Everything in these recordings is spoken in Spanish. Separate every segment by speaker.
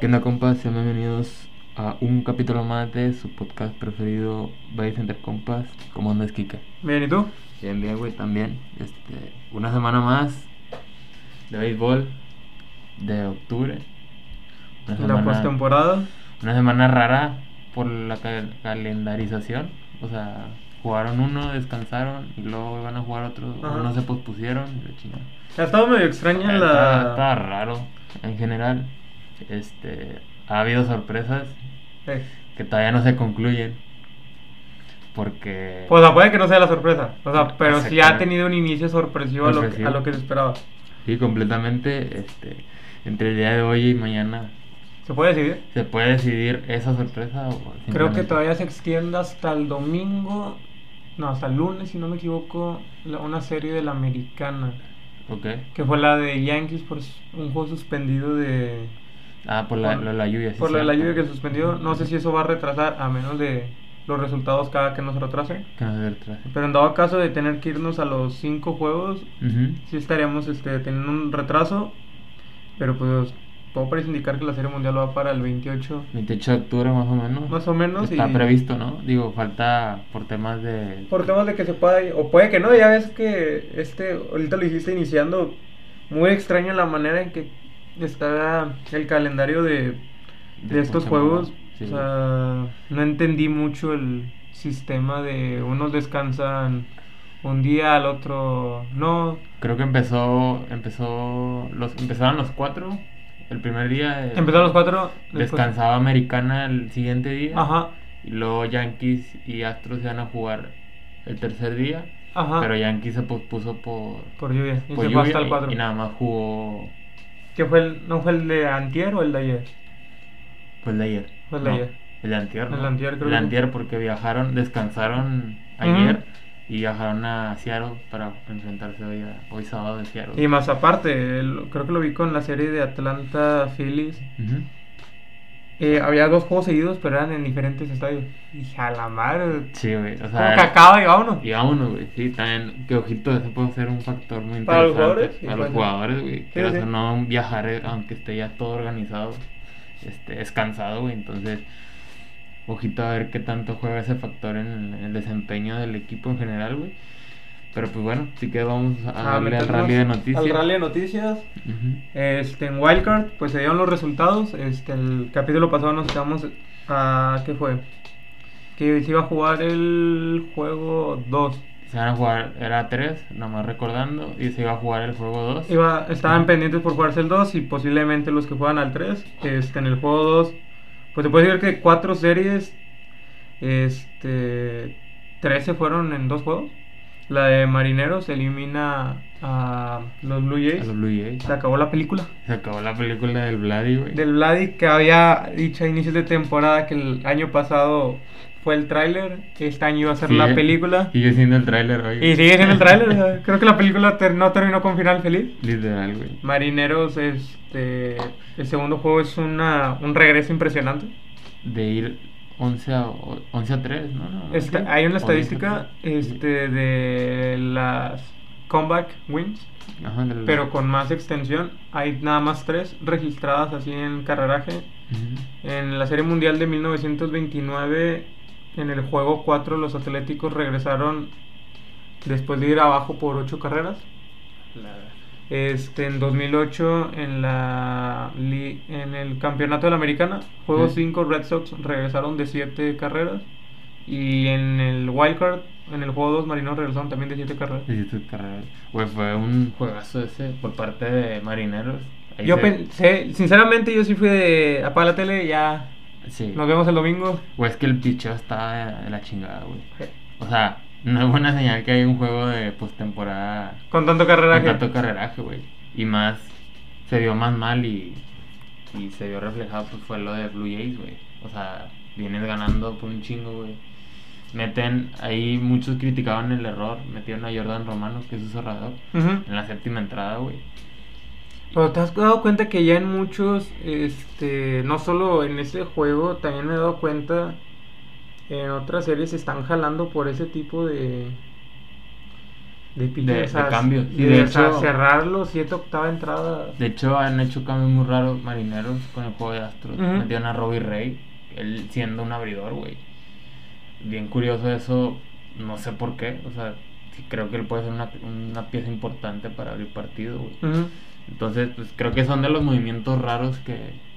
Speaker 1: ¿Qué onda, compas? Sean bienvenidos a un capítulo más de su podcast preferido, Vais entre compas. ¿Cómo andas, Kika?
Speaker 2: Bien, ¿y tú?
Speaker 1: Bien, bien, güey, también. Este, una semana más de béisbol de octubre. Una
Speaker 2: La
Speaker 1: semana-
Speaker 2: postemporada.
Speaker 1: Una semana rara por la cal- calendarización. O sea, jugaron uno, descansaron y luego iban a jugar otro.
Speaker 2: Ajá.
Speaker 1: Unos se pospusieron y la chingada.
Speaker 2: Ha estado medio extraña
Speaker 1: Está, está
Speaker 2: la.
Speaker 1: raro en general. Este, ha habido sorpresas
Speaker 2: Eh,
Speaker 1: que todavía no se concluyen. Porque.
Speaker 2: pues, O sea, puede que no sea la sorpresa. O sea, pero sí ha
Speaker 1: Exactamente.
Speaker 2: tenido un inicio sorpresivo a lo, que,
Speaker 1: Sorpresivo.
Speaker 2: a lo que se esperaba.
Speaker 1: Sí, completamente. Este, entre el día de hoy y mañana.
Speaker 2: ¿Se puede decidir?
Speaker 1: ¿Se puede decidir esa sorpresa? O
Speaker 2: Creo que
Speaker 1: simplemente-
Speaker 2: todavía se extiende hasta el domingo. No, hasta el lunes, si no me equivoco. la- una serie de la americana.
Speaker 1: Ok.
Speaker 2: Que fue la de Yankees por s- un juego suspendido de.
Speaker 1: Ah, por la,
Speaker 2: Por-
Speaker 1: lo de la lluvia. sí,
Speaker 2: por lo de la
Speaker 1: cierto.
Speaker 2: lluvia que suspendió. No sé si eso va a retrasar, a menos de los resultados cada que nos retrasen.
Speaker 1: Que no se retrase.
Speaker 2: Pero en dado caso de tener que irnos a los cinco juegos,
Speaker 1: Ujú.
Speaker 2: sí estaríamos este, teniendo un retraso, pero pues todo parece indicar que la Serie Mundial va para el 28.
Speaker 1: 28 de octubre más o menos.
Speaker 2: Más o menos,
Speaker 1: Está
Speaker 2: y-
Speaker 1: previsto, ¿no? Digo, falta por temas de...
Speaker 2: Por temas de que se pueda, ir, o puede que no, ya ves que este, ahorita lo dijiste iniciando, muy extraño la manera en que está el calendario de, de
Speaker 1: de
Speaker 2: estos
Speaker 1: postemporada.
Speaker 2: juegos.
Speaker 1: Sí.
Speaker 2: O sea, no entendí mucho el sistema de unos descansan un día, al otro no.
Speaker 1: Creo que empezó, empezó, los, empezaron los cuatro, el primer día. eh,
Speaker 2: Empezaron los cuatro. después-
Speaker 1: Descansaba Americana el siguiente día.
Speaker 2: Ajá,
Speaker 1: Y luego Yankees y Astros iban a jugar el tercer día.
Speaker 2: ajá.
Speaker 1: Pero Yankees se pospuso por,
Speaker 2: Por lluvia. Ah. Y
Speaker 1: por
Speaker 2: se fue hasta
Speaker 1: lluvia
Speaker 2: el 4.
Speaker 1: y, y nada más jugó
Speaker 2: ¿Qué fue el, ¿No fue el de antier o el de ayer?
Speaker 1: pues de ayer.
Speaker 2: Fue el de
Speaker 1: No,
Speaker 2: ayer.
Speaker 1: El de antier, ¿no?
Speaker 2: El de antier, creo
Speaker 1: El
Speaker 2: que-
Speaker 1: de antier porque viajaron, descansaron ayer y viajaron a Seattle para enfrentarse hoy, a- hoy sábado de Seattle.
Speaker 2: Y más aparte, el- creo que lo vi con la serie de Atlanta Phillies.
Speaker 1: Ujú.
Speaker 2: Eh, había dos juegos seguidos, pero eran en diferentes estadios. Y dije, a la madre.
Speaker 1: Sí, güey. O
Speaker 2: Como
Speaker 1: sea,
Speaker 2: que acaba y vámonos.
Speaker 1: Y vámonos, güey. Sí, también, que ojito, ese puede ser un factor muy interesante.
Speaker 2: Para los jugadores, sí,
Speaker 1: Para los
Speaker 2: puede ser.
Speaker 1: jugadores, güey. Que
Speaker 2: sí.
Speaker 1: no un viajar, eh, aunque esté ya todo organizado, este, es cansado, güey. Entonces, ojito a ver qué tanto juega ese factor en el, en el desempeño del equipo en general, güey. Pero pues bueno, sí que vamos a
Speaker 2: Ah,
Speaker 1: darle al
Speaker 2: meternos
Speaker 1: rally de noticias.
Speaker 2: Al rally de noticias.
Speaker 1: Ujú.
Speaker 2: Este, en Wildcard, pues se dieron los resultados. Este, el capítulo pasado nos quedamos a. ¿Qué fue? Que se iba a jugar el juego 2.
Speaker 1: Se van a jugar, era 3, nomás recordando, y se iba a jugar el juego 2.
Speaker 2: Iba, estaban pendientes por jugarse el 2 y posiblemente los que juegan al 3. Este, en el juego 2, pues se puede decir que cuatro series, este, tres se fueron en dos juegos. La de Marineros elimina a los Blue
Speaker 1: A
Speaker 2: Jays.
Speaker 1: los Blue Jays.
Speaker 2: Se acabó la película.
Speaker 1: Se acabó la película del Vladi, güey.
Speaker 2: Del Vladi que había dicho a inicios de temporada que el año pasado fue el tráiler, que este año iba a ser la
Speaker 1: Sigue-
Speaker 2: película.
Speaker 1: Sigue siendo el tráiler hoy.
Speaker 2: Y sigue siendo el tráiler. o sea, Creo que la película ter- no terminó con final feliz.
Speaker 1: Literal, güey.
Speaker 2: Marineros, este, el segundo juego es una, un regreso impresionante.
Speaker 1: De ir 11 a, o- 11 a 3, ¿no? no ¿sí?
Speaker 2: Esta- Este, hay una
Speaker 1: O
Speaker 2: estadística
Speaker 1: 10 a 3.
Speaker 2: este, de las comeback wins,
Speaker 1: Ajá, de los-
Speaker 2: pero con más extensión. Hay nada más tres registradas así en carreraje.
Speaker 1: Ujú.
Speaker 2: En la Serie Mundial de 1929, en el juego 4, los Atléticos regresaron después de ir abajo por 8 carreras. Este, en 2008, en, la, li- en el Campeonato de la Americana, juego
Speaker 1: Sí.
Speaker 2: 5, Red Sox regresaron de 7 carreras. Y en el Wildcard, en el juego 2, Marinos regresaron también de 7 carreras.
Speaker 1: Hiciste carrera. Güey, fue un juegazo ese por parte de Marineros. Ahí
Speaker 2: Yo
Speaker 1: se-
Speaker 2: pensé, sinceramente, yo sí fui de apaga la tele, ya
Speaker 1: Sí.
Speaker 2: nos vemos el domingo.
Speaker 1: Güey, es que el picheo estaba de, de la chingada, güey. O sea, no es buena señal que hay un juego de postemporada
Speaker 2: Con tanto carreraje.
Speaker 1: con tanto carreraje, güey. Y más, se vio más mal y, y se vio reflejado, pues fue lo de Blue Jays, güey. O sea, vienes ganando por un chingo, güey. Meten, ahí muchos criticaban el error, metieron a Jordan Romano, que es su cerrador,
Speaker 2: Ujú.
Speaker 1: en la séptima entrada, güey.
Speaker 2: Pero te has dado cuenta que ya en muchos, este, no solo en este juego, también me he dado cuenta en otras series se están jalando por ese tipo de de pitchers,
Speaker 1: de-
Speaker 2: o sea,
Speaker 1: de cambios. Sí,
Speaker 2: de,
Speaker 1: de
Speaker 2: o sea,
Speaker 1: hecho-
Speaker 2: cerrarlo, siete octava entrada.
Speaker 1: De hecho, han hecho cambios muy raros marineros con el juego de Astros.
Speaker 2: Ujú.
Speaker 1: Metieron a Robbie Ray, él siendo un abridor, güey. Bien curioso eso, no sé por qué. O sea, sí creo que él puede ser una, una pieza importante para abrir partido, güey.
Speaker 2: Ujú.
Speaker 1: Entonces, pues creo que son de los movimientos raros que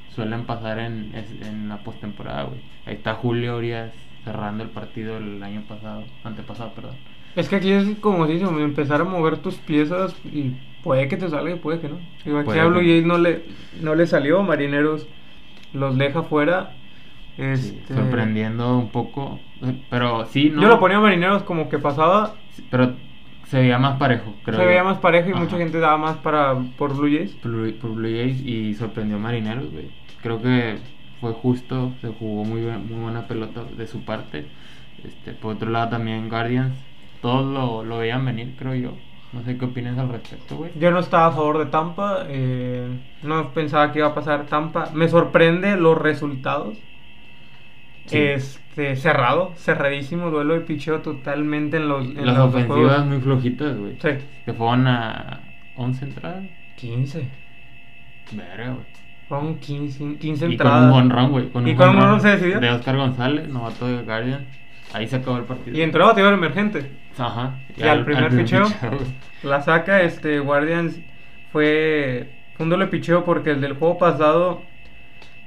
Speaker 1: suelen pasar en, es- en la postemporada, güey. Ahí está Julio Urias cerrando el partido el año pasado, antepasado, perdón.
Speaker 2: Es que aquí es como si se me empezar a mover tus piezas y puede que te salga y puede que no. Digo, aquí
Speaker 1: Puede
Speaker 2: a Blue
Speaker 1: que-
Speaker 2: Jays no le, no le salió, Marineros los deja fuera.
Speaker 1: Sí,
Speaker 2: Este,
Speaker 1: Sorprendiendo un poco, pero sí, no.
Speaker 2: Yo lo ponía a Marineros como que pasaba,
Speaker 1: Pero se veía más parejo, creo.
Speaker 2: se
Speaker 1: yo.
Speaker 2: veía más parejo y
Speaker 1: Ajá.
Speaker 2: mucha gente daba más para por Blue Jays.
Speaker 1: Por Blue- por Blue Jays y sorprendió a Marineros, güey. Creo que fue justo, se jugó muy, buen- muy buena pelota de su parte. Este, por otro lado también Guardians, todos lo, lo veían venir, creo yo. No sé qué opinas al respecto, güey.
Speaker 2: Yo no estaba a favor de Tampa, eh, no pensaba que iba a pasar Tampa. Me sorprende los resultados.
Speaker 1: Sí.
Speaker 2: Este, cerrado, cerradísimo, duelo de picheo totalmente en los... en
Speaker 1: Las
Speaker 2: los dos
Speaker 1: ofensivas
Speaker 2: juegos.
Speaker 1: muy flojitas, güey.
Speaker 2: Sí.
Speaker 1: Que fueron a 11 entradas.
Speaker 2: 15.
Speaker 1: Verga, güey.
Speaker 2: Fueron 15, 15
Speaker 1: Y con un
Speaker 2: entradas.
Speaker 1: jonrón, güey.
Speaker 2: ¿Y
Speaker 1: un
Speaker 2: con un
Speaker 1: jonrón
Speaker 2: jonrón se decidió?
Speaker 1: De Oscar González, novato de Guardians. Ahí se acabó el partido.
Speaker 2: y entró a bateador emergente.
Speaker 1: Ajá.
Speaker 2: Y al primer picheo.
Speaker 1: güey.
Speaker 2: La saca, este, Guardians fue, fue un doble picheo porque el del juego pasado,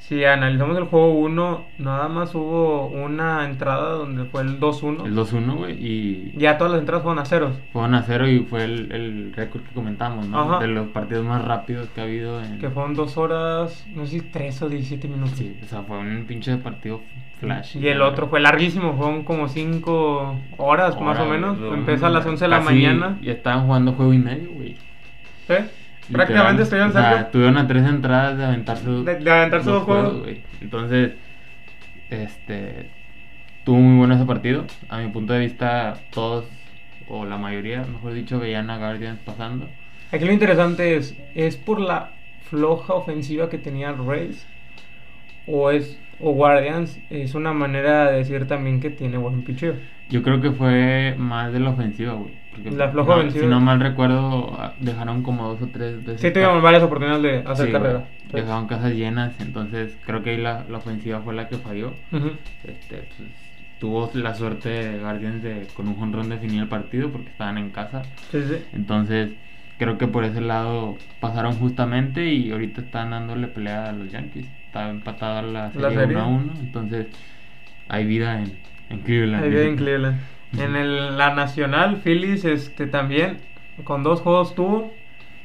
Speaker 2: si analizamos el juego 1, nada más hubo una entrada donde fue el 2-1.
Speaker 1: El 2-1, güey. Y
Speaker 2: Ya todas las entradas fueron a ceros.
Speaker 1: Fueron a cero y fue el, el récord que comentábamos, ¿no?
Speaker 2: Ajá.
Speaker 1: De los partidos más rápidos que ha habido en...
Speaker 2: Que fueron 2 horas, no sé si 3 o 17 minutos.
Speaker 1: Sí, o sea, fue un pinche partido flash.
Speaker 2: Y el otro fue larguísimo, fueron como 5 horas más o
Speaker 1: Ahora,
Speaker 2: menos.
Speaker 1: güey,
Speaker 2: Empieza a las 11 de la
Speaker 1: casi
Speaker 2: mañana.
Speaker 1: Ya estaban jugando juego y medio, güey.
Speaker 2: ¿Sí?
Speaker 1: Literal,
Speaker 2: Prácticamente estuvieron
Speaker 1: o sea,
Speaker 2: cerca.
Speaker 1: Estuvieron a tres entradas de aventarse,
Speaker 2: De- de aventarse dos juegos.
Speaker 1: güey. Entonces, este. Tuvo muy bueno ese partido. A mi punto de vista, todos, o la mayoría, mejor dicho, veían a Guardians pasando.
Speaker 2: Aquí lo interesante es, ¿es por la floja ofensiva que tenía Rays? ¿O es o Guardians es una manera de decir también que tiene buen picheo?
Speaker 1: Yo creo que fue más de la ofensiva, güey. Porque,
Speaker 2: La floja
Speaker 1: no,
Speaker 2: ofensiva.
Speaker 1: Si no mal recuerdo, ah, dejaron como dos o tres veces.
Speaker 2: Sí tuvimos varias oportunidades de
Speaker 1: casas-
Speaker 2: hacer
Speaker 1: sí,
Speaker 2: carrera.
Speaker 1: güey,
Speaker 2: Sí.
Speaker 1: Dejaron casas llenas, entonces creo que ahí la, la ofensiva fue la que falló.
Speaker 2: Ujú.
Speaker 1: Este, pues, tuvo la suerte de Guardians de con un jonrón definir el partido porque estaban en casa.
Speaker 2: Sí, sí.
Speaker 1: Entonces creo que por ese lado pasaron justamente y ahorita están dándole pelea a los Yankees. Está empatada la serie,
Speaker 2: serie.
Speaker 1: 1 a 1, entonces hay vida en, en Cleveland.
Speaker 2: Ahí viene en
Speaker 1: dicen.
Speaker 2: Cleveland. En el- la Nacional, Phillies este, también, con dos juegos tuvo.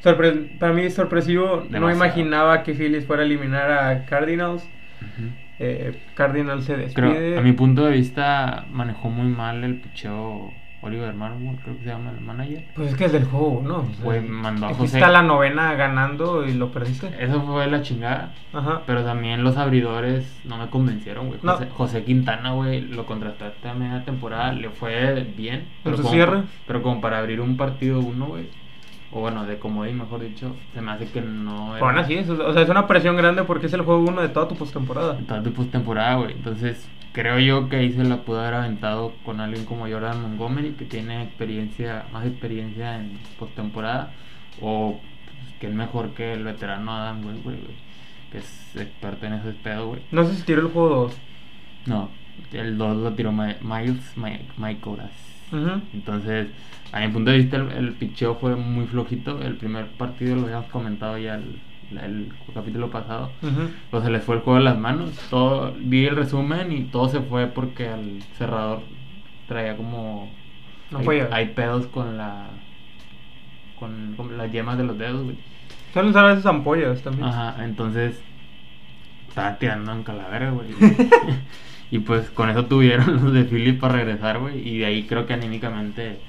Speaker 2: Sorpre- para mí es sorpresivo, no
Speaker 1: Demasiado.
Speaker 2: imaginaba que Phillies fuera a eliminar a Cardinals.
Speaker 1: Ujú.
Speaker 2: Eh, Cardinals se despide.
Speaker 1: Creo, a mi punto de vista, manejó muy mal el picheo Oliver Marmol, creo que se llama el manager.
Speaker 2: Pues es que es del juego, ¿no?
Speaker 1: Güey, mandó a
Speaker 2: Aquí
Speaker 1: José.
Speaker 2: está la novena ganando y lo perdiste.
Speaker 1: Eso fue la chingada.
Speaker 2: Ajá.
Speaker 1: Pero también los abridores no me convencieron, güey.
Speaker 2: No.
Speaker 1: José, José Quintana, güey, lo contrataste a media temporada, le fue bien.
Speaker 2: su
Speaker 1: como,
Speaker 2: cierre?
Speaker 1: Pero como para abrir un partido uno, güey. O bueno, de comodín, mejor dicho, se me hace que no
Speaker 2: Pero aún así, es, o sea, es una presión grande porque es el juego uno de toda tu postemporada.
Speaker 1: Entonces, de postemporada, güey. Entonces, creo yo que ahí se la pudo haber aventado con alguien como Jordan Montgomery, que tiene experiencia, más experiencia en postemporada, o pues, que es mejor que el veterano Adam Westbrook, güey, que es experto en ese pedo, güey.
Speaker 2: No sé si tiró el juego 2.
Speaker 1: No, el 2 lo tiró Mi- Miles Mi- Michaelas. Entonces, a mi punto de vista, el, el picheo fue muy flojito. El primer partido lo habíamos comentado ya el- la- el capítulo pasado. Pues se les fue el juego de las manos. Todo, vi el resumen y todo se fue porque el cerrador traía como.
Speaker 2: No
Speaker 1: hay,
Speaker 2: fue yo.
Speaker 1: hay pedos con la. Con, con las yemas de los dedos, güey.
Speaker 2: Suelen usar a veces ampollas también.
Speaker 1: Ajá, entonces. Estaba tirando en calavera, güey. y pues con eso tuvieron los de Philly para regresar, güey. Y de ahí creo que anímicamente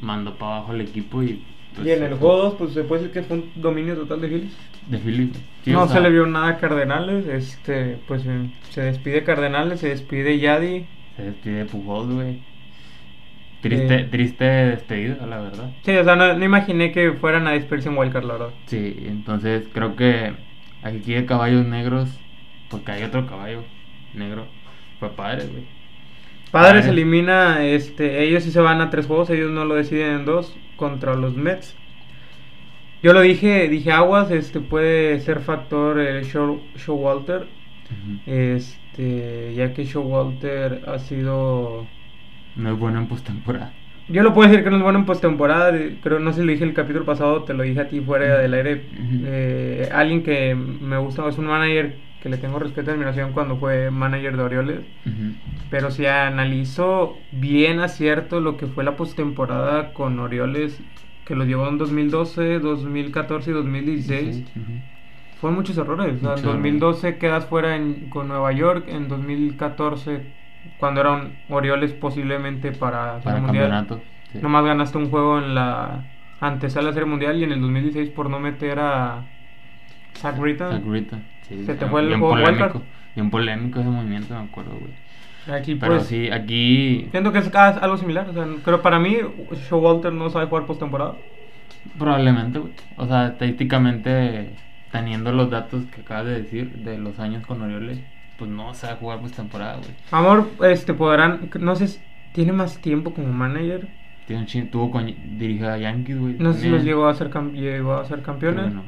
Speaker 1: mandó para abajo el equipo y. pues,
Speaker 2: y en el juego 2, pues se puede decir que fue un dominio total de Phillies.
Speaker 1: De Philly, güey. Sí,
Speaker 2: no
Speaker 1: o sea,
Speaker 2: se le vio nada a Cardenales. Este, pues eh, se despide Cardenales, se despide Yadi.
Speaker 1: Se despide Pujols, güey. Triste,
Speaker 2: Eh.
Speaker 1: triste despedida, la verdad.
Speaker 2: Sí, o sea, no, no imaginé que fueran a despedirse en Wildcard, la verdad.
Speaker 1: Sí, entonces creo que aquí de caballos negros, porque hay otro caballo negro, fue padre, güey.
Speaker 2: Padres
Speaker 1: Padres.
Speaker 2: elimina, este, ellos sí se van a tres juegos, ellos no lo deciden en dos contra los Mets. Yo lo dije, dije aguas, este puede ser factor eh, Show- Showalter,
Speaker 1: Ujú.
Speaker 2: este, ya que Showalter ha sido,
Speaker 1: No es bueno en postemporada.
Speaker 2: yo lo puedo decir que no es bueno en postemporada, de- creo no sé si lo dije el capítulo pasado, te lo dije a ti fuera del aire,
Speaker 1: Ujú.
Speaker 2: eh, alguien que me gusta, es un manager que le tengo respeto y admiración cuando fue manager de Orioles.
Speaker 1: Ujú.
Speaker 2: Pero si analizo bien a cierto lo que fue la postemporada con Orioles, que los llevó en 2012, 2014 y 2016,
Speaker 1: Ujú.
Speaker 2: fueron muchos errores. O sea, en
Speaker 1: Muchos
Speaker 2: 2012 quedas fuera en- con Nueva York, en 2014, cuando eran Orioles posiblemente para, el
Speaker 1: Para
Speaker 2: Mundial,
Speaker 1: campeonato. sí.
Speaker 2: nomás ganaste un juego en la antesala de la Serie Mundial y en el 2016 por no meter a Zach Britton.
Speaker 1: Zach Britton, sí,
Speaker 2: Se te
Speaker 1: bien-
Speaker 2: fue el
Speaker 1: bien
Speaker 2: juego
Speaker 1: polémico.
Speaker 2: wildcard.
Speaker 1: Bien polémico ese movimiento, me acuerdo, güey.
Speaker 2: Aquí
Speaker 1: Pero
Speaker 2: pues,
Speaker 1: sí, aquí
Speaker 2: Siento que es ca- algo similar, o sea, creo para mí Showalter no sabe jugar postemporada.
Speaker 1: probablemente, güey. O sea, estadísticamente, teniendo los datos que acabas de decir de los años con Orioles, pues no sabe jugar postemporada, güey.
Speaker 2: Amor, este podrán, no sé, si- tiene más tiempo como manager.
Speaker 1: Tiene un chin- tuvo con dirige a Yankees, güey.
Speaker 2: No sé si
Speaker 1: también.
Speaker 2: los llegó a ser cam- llegó a ser
Speaker 1: Creo
Speaker 2: campeones,
Speaker 1: que no.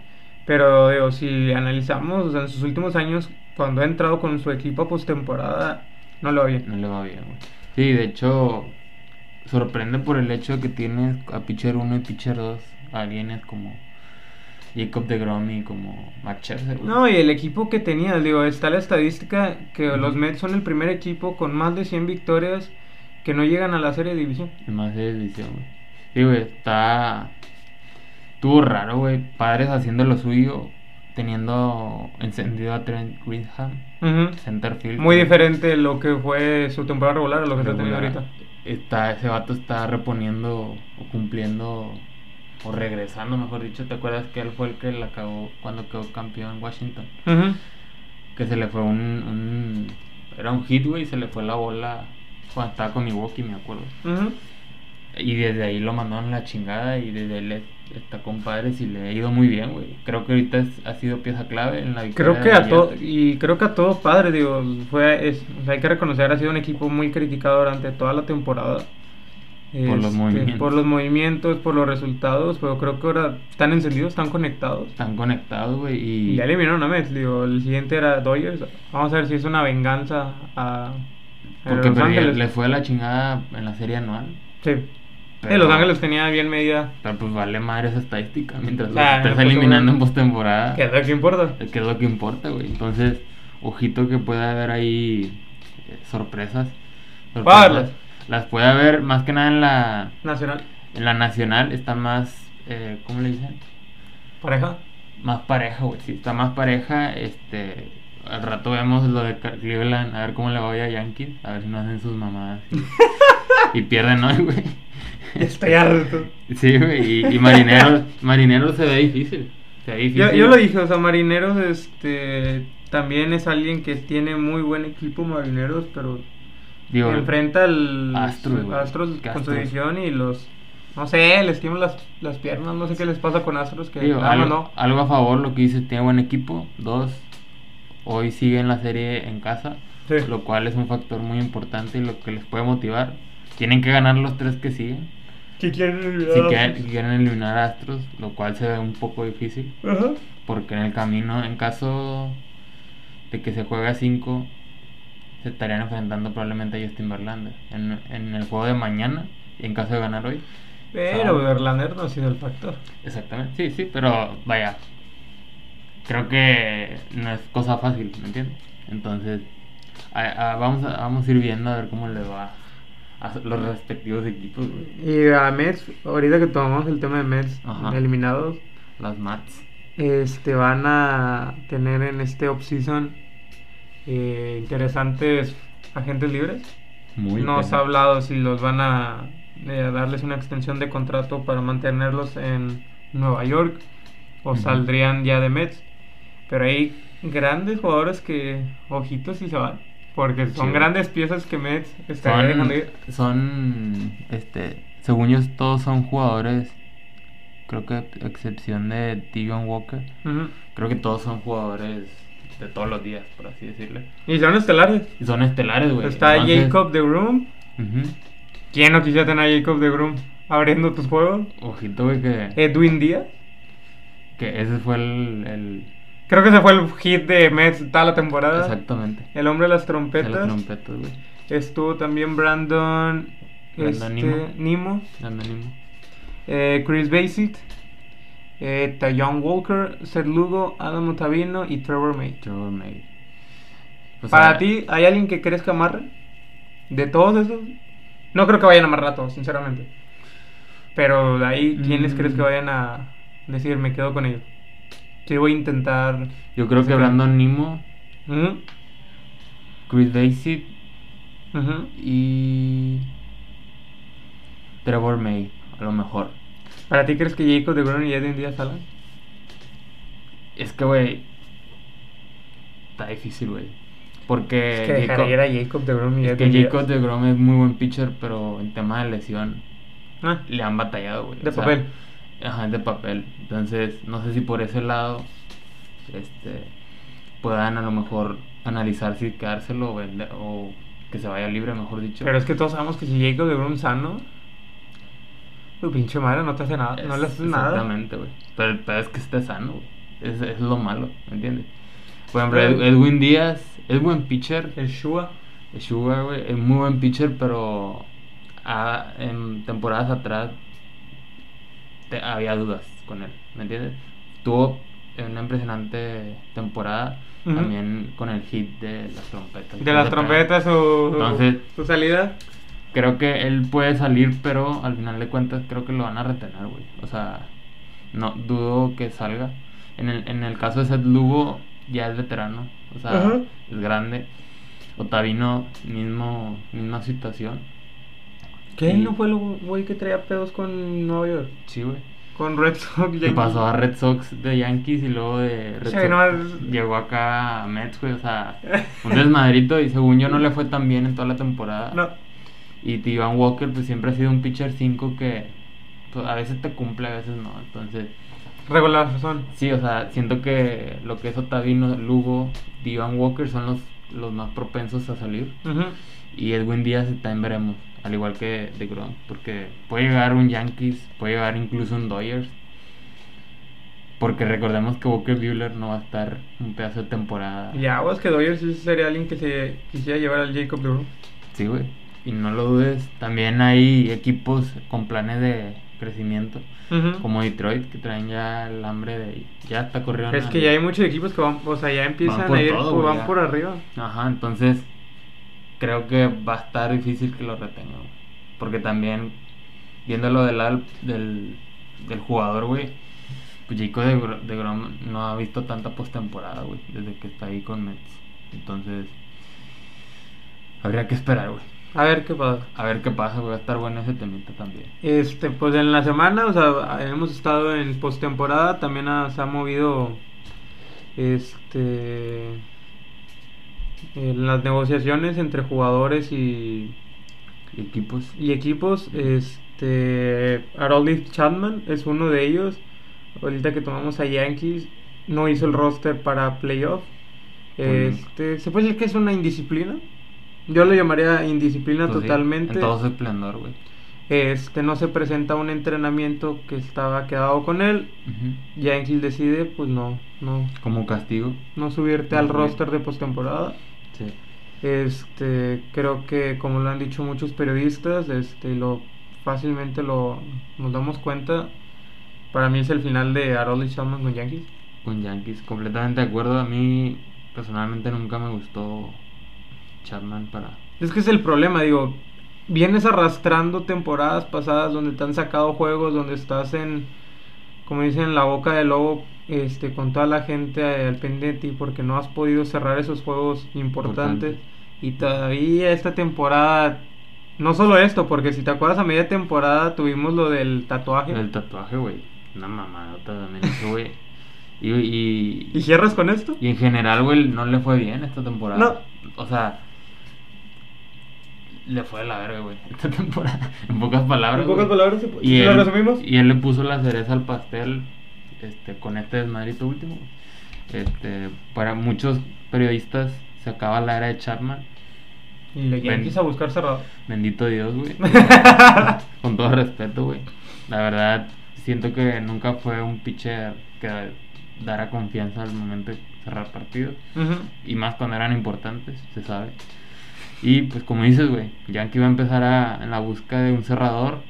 Speaker 2: pero digo, si analizamos, o sea, en sus últimos años cuando ha entrado con su equipo a postemporada no lo va bien.
Speaker 1: No le va bien, güey. Sí, de hecho, sorprende por el hecho de que tienes a pitcher 1 y pitcher 2. Alguienes como Jacob de Grom y como Max Scherzer, güey.
Speaker 2: No, y el equipo que tenía, digo, está la estadística que
Speaker 1: Ujú.
Speaker 2: los Mets son el primer equipo con más de 100 victorias que no llegan a la serie de división.
Speaker 1: Es más de edición, güey. Sí, güey, está. Estuvo raro, güey. Padres haciendo lo suyo, teniendo encendido a Trent Greenham,
Speaker 2: Ujú.
Speaker 1: centerfield.
Speaker 2: Muy
Speaker 1: güey.
Speaker 2: diferente de lo que fue su temporada regular a lo que está teniendo
Speaker 1: Regular.
Speaker 2: ahorita.
Speaker 1: Está, ese vato está reponiendo o cumpliendo o regresando, mejor dicho. ¿Te acuerdas que él fue el que la cagó cuando quedó campeón en Washington?
Speaker 2: Ujú.
Speaker 1: Que se le fue un. un- era un hit, güey, y se le fue la bola cuando estaba con Milwaukee, me acuerdo.
Speaker 2: Ujú.
Speaker 1: Y desde ahí lo mandaron a la chingada y desde él es- está con padres y le ha ido muy bien, güey. Creo que ahorita es- ha sido pieza clave en la victoria.
Speaker 2: Creo que
Speaker 1: de
Speaker 2: a
Speaker 1: ayer.
Speaker 2: todo y creo que a todos padres, digo, fue es, o sea, hay que reconocer ha sido un equipo muy criticado durante toda la temporada. Este,
Speaker 1: Por los movimientos.
Speaker 2: por los movimientos, por los resultados, pero creo que ahora están encendidos, están conectados.
Speaker 1: Están conectados, güey.
Speaker 2: Y
Speaker 1: Y,
Speaker 2: ya eliminaron a Mets, digo, el siguiente era Dodgers. Vamos a ver si es una venganza a, a
Speaker 1: porque
Speaker 2: Los
Speaker 1: perdí-
Speaker 2: Ángeles.
Speaker 1: le fue a la chingada en la serie anual.
Speaker 2: Sí. Sí, Los Ángeles tenía bien medida.
Speaker 1: Pero pues vale madre esa estadística. Mientras
Speaker 2: Nah,
Speaker 1: los
Speaker 2: no,
Speaker 1: estés
Speaker 2: pues,
Speaker 1: eliminando en
Speaker 2: bueno.
Speaker 1: postemporada,
Speaker 2: Que es lo que importa.
Speaker 1: es que es lo que importa, güey. Entonces, ojito que puede haber ahí eh, sorpresas.
Speaker 2: Va a haberlas.
Speaker 1: Las puede haber más que nada en la,
Speaker 2: Nacional.
Speaker 1: en la nacional. Está más, eh, ¿cómo le dicen?
Speaker 2: Pareja.
Speaker 1: Más pareja, güey. Si está más pareja, este. Al rato vemos lo de Car- Cleveland, a ver cómo le va hoy a Yankees, a ver si no hacen sus mamadas. Y, y pierden hoy, güey.
Speaker 2: Estoy harto.
Speaker 1: Sí, güey. Y, y Marineros, Marineros se ve difícil. Se ve difícil.
Speaker 2: Yo, yo lo dije, o sea, Marineros este también es alguien que tiene muy buen equipo Marineros, pero
Speaker 1: Digo,
Speaker 2: enfrenta al
Speaker 1: Astros, güey.
Speaker 2: Astros
Speaker 1: Que
Speaker 2: con su
Speaker 1: Astros.
Speaker 2: división y los no sé, les tiemblan las, las piernas, no sé qué les pasa con Astros que
Speaker 1: digo,
Speaker 2: nada más
Speaker 1: algo,
Speaker 2: no.
Speaker 1: algo a favor lo que dices, tiene buen equipo. Dos, hoy siguen la serie en casa,
Speaker 2: Sí.
Speaker 1: lo cual es un factor muy importante y lo que les puede motivar. Tienen que ganar los tres que siguen.
Speaker 2: Que quieren
Speaker 1: Si quieren, si quieren eliminar a Astros, lo cual se ve un poco difícil,
Speaker 2: Ajá.
Speaker 1: porque en el camino, en caso de que se juegue a 5, se estarían enfrentando probablemente a Justin Verlander en, en el juego de mañana, y en caso de ganar hoy.
Speaker 2: Pero
Speaker 1: Ah.
Speaker 2: Verlander no ha sido el factor.
Speaker 1: Exactamente, sí, sí, pero vaya, creo que no es cosa fácil, ¿me entiendes? Entonces, a- a- vamos, a, vamos a ir viendo a ver cómo le va a los respectivos equipos, güey.
Speaker 2: Y a Mets, ahorita que tomamos el tema de Mets
Speaker 1: Ajá.
Speaker 2: eliminados,
Speaker 1: las Mats.
Speaker 2: este van a tener en este offseason eh, interesantes agentes libres.
Speaker 1: Muy
Speaker 2: Nos
Speaker 1: buenas.
Speaker 2: ha hablado si los van a eh, darles una extensión de contrato para mantenerlos en Nueva York o
Speaker 1: Ujú.
Speaker 2: saldrían ya de Mets. Pero hay grandes jugadores que ojitos y se van. Porque son
Speaker 1: Sí.
Speaker 2: grandes piezas que Mets está dejando
Speaker 1: son,
Speaker 2: ir.
Speaker 1: son, este, según yo, todos son jugadores, creo que a excepción de T. John Walker,
Speaker 2: Ujú.
Speaker 1: creo que todos son jugadores de todos los días, por así decirlo.
Speaker 2: Y son estelares.
Speaker 1: Y son estelares, güey.
Speaker 2: Está
Speaker 1: Pues, Entonces-
Speaker 2: Jacob de Groom.
Speaker 1: Ujú.
Speaker 2: ¿Quién no quisiera tener a Jacob de Groom abriendo tus juegos?
Speaker 1: Ojito, güey, que,
Speaker 2: Edwin Díaz.
Speaker 1: que ese fue el. el-
Speaker 2: Creo que ese fue el hit de Mets toda la temporada.
Speaker 1: exactamente.
Speaker 2: El hombre de las
Speaker 1: De
Speaker 2: trompetas.
Speaker 1: las trompetas, güey.
Speaker 2: Estuvo también Brandon,
Speaker 1: Brandon
Speaker 2: este,
Speaker 1: Nimo.
Speaker 2: Nimo,
Speaker 1: Anónimo.
Speaker 2: eh, Chris Basit, eh, Tayon Walker, Seth Lugo, Adam Ottavino y Trevor May.
Speaker 1: Trevor May. O sea,
Speaker 2: Para ti, ¿hay alguien que crees que amarre? ¿De todos esos? No creo que vayan a amarrar a todos, sinceramente. Pero de ahí, ¿quiénes
Speaker 1: Mm.
Speaker 2: crees que vayan a decir, me quedo con ellos? Sí, voy a intentar... Mm,
Speaker 1: Yo creo que
Speaker 2: Ok.
Speaker 1: Brandon Nimo,
Speaker 2: Ujú,
Speaker 1: Chris Daisy
Speaker 2: ujú.
Speaker 1: y. Trevor May, a lo mejor.
Speaker 2: ¿Para ti crees que Jacob de Bruno y Edwin Díaz Alan?
Speaker 1: Es que, güey. Está difícil, güey. Porque.
Speaker 2: es que dejar
Speaker 1: Eh, Jacob-
Speaker 2: ir a Jacob de Bruno y
Speaker 1: es
Speaker 2: Edwin
Speaker 1: que
Speaker 2: Díaz.
Speaker 1: Jacob de Grom es muy buen pitcher, pero en tema de lesión
Speaker 2: Ah,
Speaker 1: le han batallado, güey.
Speaker 2: de
Speaker 1: O sea,
Speaker 2: papel.
Speaker 1: Ajá, de papel. Entonces, no sé si por ese lado este, puedan a lo mejor analizar si quedárselo o, vender, o que se vaya libre, mejor dicho.
Speaker 2: Pero es que todos sabemos que si Jacob de Grom sano, tu pinche madre no te hace nada, Ah, no le haces nada.
Speaker 1: Exactamente, güey. Pero el pedo es que esté sano, güey. Es, es lo malo, ¿me entiendes? Por ejemplo,
Speaker 2: Pero-
Speaker 1: Ed- Edwin Díaz es buen pitcher.
Speaker 2: El Shua.
Speaker 1: Sugar, güey, es muy buen pitcher, pero ha- en temporadas atrás te- había dudas con él, ¿me entiendes? Tuvo una impresionante temporada
Speaker 2: Ujú.
Speaker 1: también con el hit de las trompetas.
Speaker 2: De las trompetas, su,
Speaker 1: eh, Entonces-
Speaker 2: su salida.
Speaker 1: Creo que él puede salir, pero al final de cuentas creo que lo van a retener, güey. O sea, no dudo que salga. En el, en el caso de Seth Lugo, ya es veterano. O sea,
Speaker 2: Ajá.
Speaker 1: es grande. Otavino, mismo, misma situación.
Speaker 2: ¿Qué?
Speaker 1: Sí.
Speaker 2: ¿No fue el güey que traía pedos con Nueva York?
Speaker 1: Sí, güey.
Speaker 2: Con Red Sox.
Speaker 1: Que
Speaker 2: Yankees?
Speaker 1: pasó a Red Sox de Yankees y luego de Red
Speaker 2: Sí,
Speaker 1: Sox
Speaker 2: no, es-
Speaker 1: llegó acá a Mets, güey. O sea, un desmadrito y según yo no le fue tan bien en toda la temporada.
Speaker 2: No.
Speaker 1: Y T.J. Walker pues siempre ha sido un pitcher 5 que pues, a veces te cumple, a veces no. Entonces,
Speaker 2: Regular son.
Speaker 1: sí, o sea, siento que lo que es Otavino, Lugo, T.J. Walker son los, los más propensos a salir.
Speaker 2: Ujú.
Speaker 1: Y Edwin Díaz está en veremos, al igual que de Grom, porque puede llegar un Yankees, puede llegar incluso un Dodgers. Porque recordemos que Walker Buehler no va a estar un pedazo de temporada.
Speaker 2: Y aguas que Doyer sí sería alguien que se quisiera llevar al Jacob de Grom.
Speaker 1: Sí, güey. Y no lo dudes, también hay equipos con planes de crecimiento.
Speaker 2: Ujú.
Speaker 1: como Detroit que traen ya el hambre de ya está corriendo
Speaker 2: Es que ya hay muchos equipos que van, o sea, ya empiezan
Speaker 1: por
Speaker 2: a ir,
Speaker 1: todo,
Speaker 2: o
Speaker 1: güey,
Speaker 2: van
Speaker 1: ya.
Speaker 2: por arriba.
Speaker 1: ajá entonces creo que va a estar difícil que lo retengan güey. porque también viéndolo del lado del, del jugador güey pues Jacob de, Gro- de Grom no ha visto tanta postemporada güey desde que está ahí con Mets entonces habría que esperar güey
Speaker 2: A ver qué pasa.
Speaker 1: a ver qué pasa güey va a estar bueno ese temita también
Speaker 2: Este, pues en la semana, o sea, hemos estado en postemporada, también ha- se ha movido este en las negociaciones entre jugadores y,
Speaker 1: ¿Y equipos
Speaker 2: y equipos. Este Harold Chapman es uno de ellos. Ahorita que tomamos a Yankees, no hizo el roster para playoff.
Speaker 1: Muy bien.
Speaker 2: Este, se puede decir que es una indisciplina. Yo lo llamaría indisciplina
Speaker 1: Pues sí,
Speaker 2: totalmente.
Speaker 1: en todo su esplendor güey
Speaker 2: Este no se presenta a un entrenamiento que estaba quedado con él.
Speaker 1: Ujú.
Speaker 2: Yankees decide, pues no, no,
Speaker 1: como castigo
Speaker 2: no subirte al
Speaker 1: Ujú.
Speaker 2: roster de postemporada.
Speaker 1: sí
Speaker 2: Este, creo que como lo han dicho muchos periodistas, este lo fácilmente lo nos damos cuenta. Para mí es el final de Harold Chapman con Yankees.
Speaker 1: Con Yankees, completamente de acuerdo. A mí personalmente nunca me gustó Chapman para...
Speaker 2: Es que es el problema, digo, vienes arrastrando temporadas pasadas donde te han sacado juegos, donde estás en, como dicen, la boca del lobo, este, con toda la gente eh, al pendiente de ti porque no has podido cerrar esos juegos importantes.
Speaker 1: Importantes.
Speaker 2: Y todavía esta temporada, no solo esto, porque si te acuerdas a media temporada tuvimos lo del tatuaje.
Speaker 1: El tatuaje, güey. Una mamadota también eso, güey. Y, y,
Speaker 2: ¿Y cierras con esto?
Speaker 1: y en general, güey, no le fue bien esta temporada.
Speaker 2: No.
Speaker 1: O sea... Le fue de la verga, güey. Esta temporada. En pocas palabras.
Speaker 2: En pocas
Speaker 1: güey.
Speaker 2: palabras, si-
Speaker 1: Y
Speaker 2: si lo
Speaker 1: él,
Speaker 2: resumimos.
Speaker 1: y él le puso la cereza al pastel este, con este desmadrito último. güey. Este, para muchos periodistas se acaba la era de Chapman.
Speaker 2: Y le
Speaker 1: Ven.
Speaker 2: Yankees a buscar cerrado.
Speaker 1: Bendito Dios, güey. Con todo respeto, güey. La verdad, siento que nunca fue un pitcher que dara confianza al momento de cerrar partidos. Y más cuando eran importantes, se sabe. Y pues como dices, güey, Yankee va a empezar a, en la búsqueda de un cerrador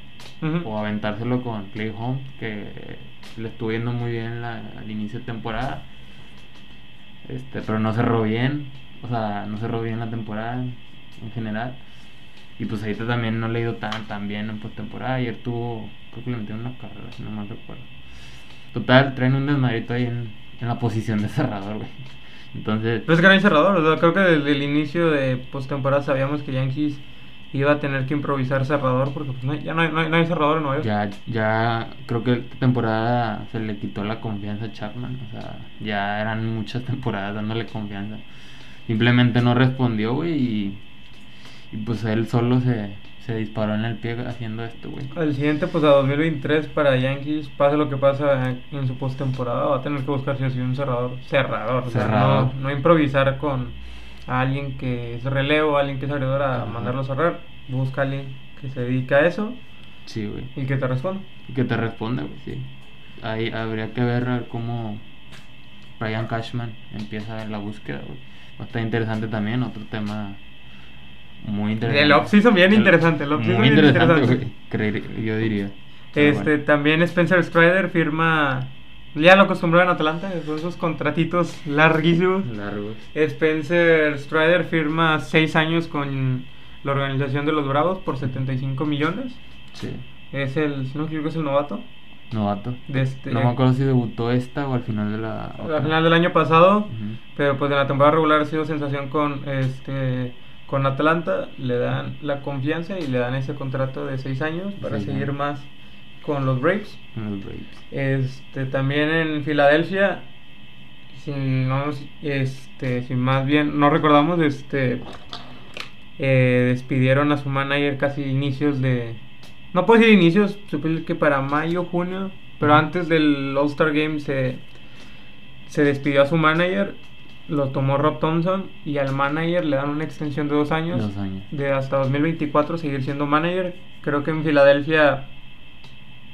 Speaker 1: o aventárselo con Clay Home, que le estuvo yendo muy bien la- al inicio de temporada. Este, pero no cerró bien, o sea, no cerró bien la temporada en general. Y pues ahorita también no le ha ido tan, tan bien en postemporada. Ayer tuvo, creo que le metieron una carrera, si no mal recuerdo. Total, traen un desmadrito ahí en, en la posición de cerrador, güey. Entonces,
Speaker 2: Pero es Pues gran cerrador, o sea, creo que desde el inicio de postemporada sabíamos que Yankees iba a tener que improvisar cerrador porque pues, no hay- ya no hay, no hay- no hay cerrador en Nueva York.
Speaker 1: Ya, ya creo que esta temporada se le quitó la confianza a Chapman. O sea, ya eran muchas temporadas dándole confianza. Simplemente no respondió, güey, y, y pues él solo se, se disparó en el pie haciendo esto, güey.
Speaker 2: El siguiente, pues a 2023 para Yankees, pase lo que pasa en- en su postemporada, va a tener que buscar si así un cerrador. Cerrador, o sea,
Speaker 1: Cerrador.
Speaker 2: no, no improvisar con alguien que es relevo, alguien que es abridor a
Speaker 1: Ajá.
Speaker 2: mandarlo a cerrar. Busca a alguien que se dedica a eso
Speaker 1: Sí, güey.
Speaker 2: y que te responda.
Speaker 1: Y Que te responda, güey, sí. Ahí habría que ver, a ver cómo Brian Cashman empieza la búsqueda, güey. Va a estar interesante también, otro tema muy interesante.
Speaker 2: El off-season bien interesante, el off-season
Speaker 1: Muy
Speaker 2: bien
Speaker 1: interesante,
Speaker 2: interesante.
Speaker 1: güey, creer- yo diría. Pero
Speaker 2: Este,
Speaker 1: bueno.
Speaker 2: también Spencer Strider firma, ya lo acostumbró en Atlanta, con esos contratitos larguísimos.
Speaker 1: Largos.
Speaker 2: Spencer Strider firma 6 años con la organización de los Bravos por 75 millones.
Speaker 1: Sí.
Speaker 2: Es el, si no me equivoco, es el novato.
Speaker 1: Novato.
Speaker 2: De este,
Speaker 1: No me acuerdo si debutó esta o al final de la.
Speaker 2: Al final del año pasado,
Speaker 1: Ujú.
Speaker 2: pero pues en la temporada regular ha sido sensación con este con Atlanta, le dan la confianza y le dan ese contrato de 6 años para
Speaker 1: Seis
Speaker 2: seguir
Speaker 1: años.
Speaker 2: más con los Braves.
Speaker 1: En los Braves.
Speaker 2: Este, también en Filadelfia, si no, nos- este, si más bien no recordamos, este, eh, despidieron a su manager casi inicios de, no puedo decir inicios, supe que para mayo, junio, pero antes del All Star Game se, se despidió a su manager, lo tomó Rob Thompson y al manager le dan una extensión de dos años
Speaker 1: Dos años.
Speaker 2: de hasta 2024 seguir siendo manager. Creo que en Filadelfia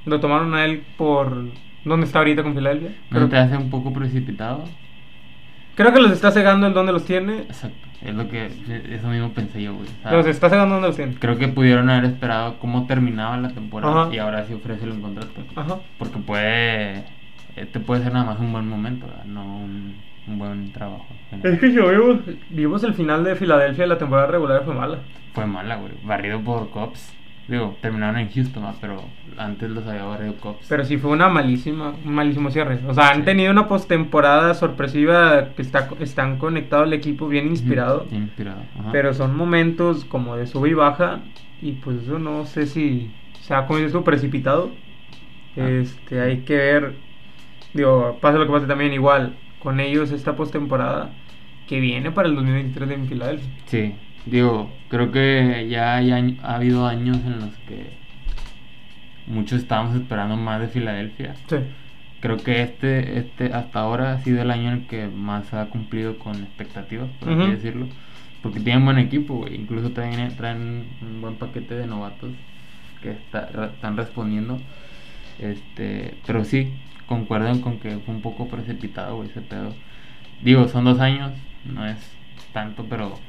Speaker 2: lo tomaron a él por donde está ahorita con Filadelfia.
Speaker 1: ¿No
Speaker 2: Creo,
Speaker 1: te hace un poco precipitado?
Speaker 2: creo que los está cegando el donde los tiene.
Speaker 1: Exacto. Es lo que. Eso mismo pensé yo, güey. O sea,
Speaker 2: Los está cegando donde los tiene.
Speaker 1: Creo que pudieron haber esperado cómo terminaba la temporada
Speaker 2: Ajá.
Speaker 1: y ahora sí ofrécele un contrato.
Speaker 2: Ajá.
Speaker 1: Porque puede. Este puede ser nada más un buen momento, ¿verdad? no un, un buen trabajo.
Speaker 2: Es que si vimos, vimos el final de Filadelfia la temporada regular fue mala.
Speaker 1: Fue mala, güey. Barrido por Cops. Digo, terminaron en Houston, ¿verdad? pero antes los había barrido Cops.
Speaker 2: Pero sí fue una malísima, un malísimo cierre. O sea, han
Speaker 1: Sí.
Speaker 2: tenido una postemporada sorpresiva que está, están conectados el equipo bien inspirado.
Speaker 1: Ujú, Inspirado. ajá.
Speaker 2: Pero son momentos como de sube y baja. Y pues eso no sé si se ha comido esto precipitado.
Speaker 1: Ah.
Speaker 2: Este, hay que ver. Digo, pasa lo que pase también igual. Con ellos esta postemporada que viene para el 2023 de Filadelfia.
Speaker 1: Sí, digo, creo que ya hay añ- ha habido años en los que muchos estábamos esperando más de Filadelfia.
Speaker 2: Sí.
Speaker 1: Creo que este, este hasta ahora ha sido el año en el que más ha cumplido con expectativas, por así
Speaker 2: Ujú.
Speaker 1: decirlo. Porque tienen buen equipo, güey. Incluso traen, traen un buen paquete de novatos que está- re- están respondiendo. Este, pero sí, concuerdan con que fue un poco precipitado, güey, ese pedo. Digo, son dos años, no es tanto, pero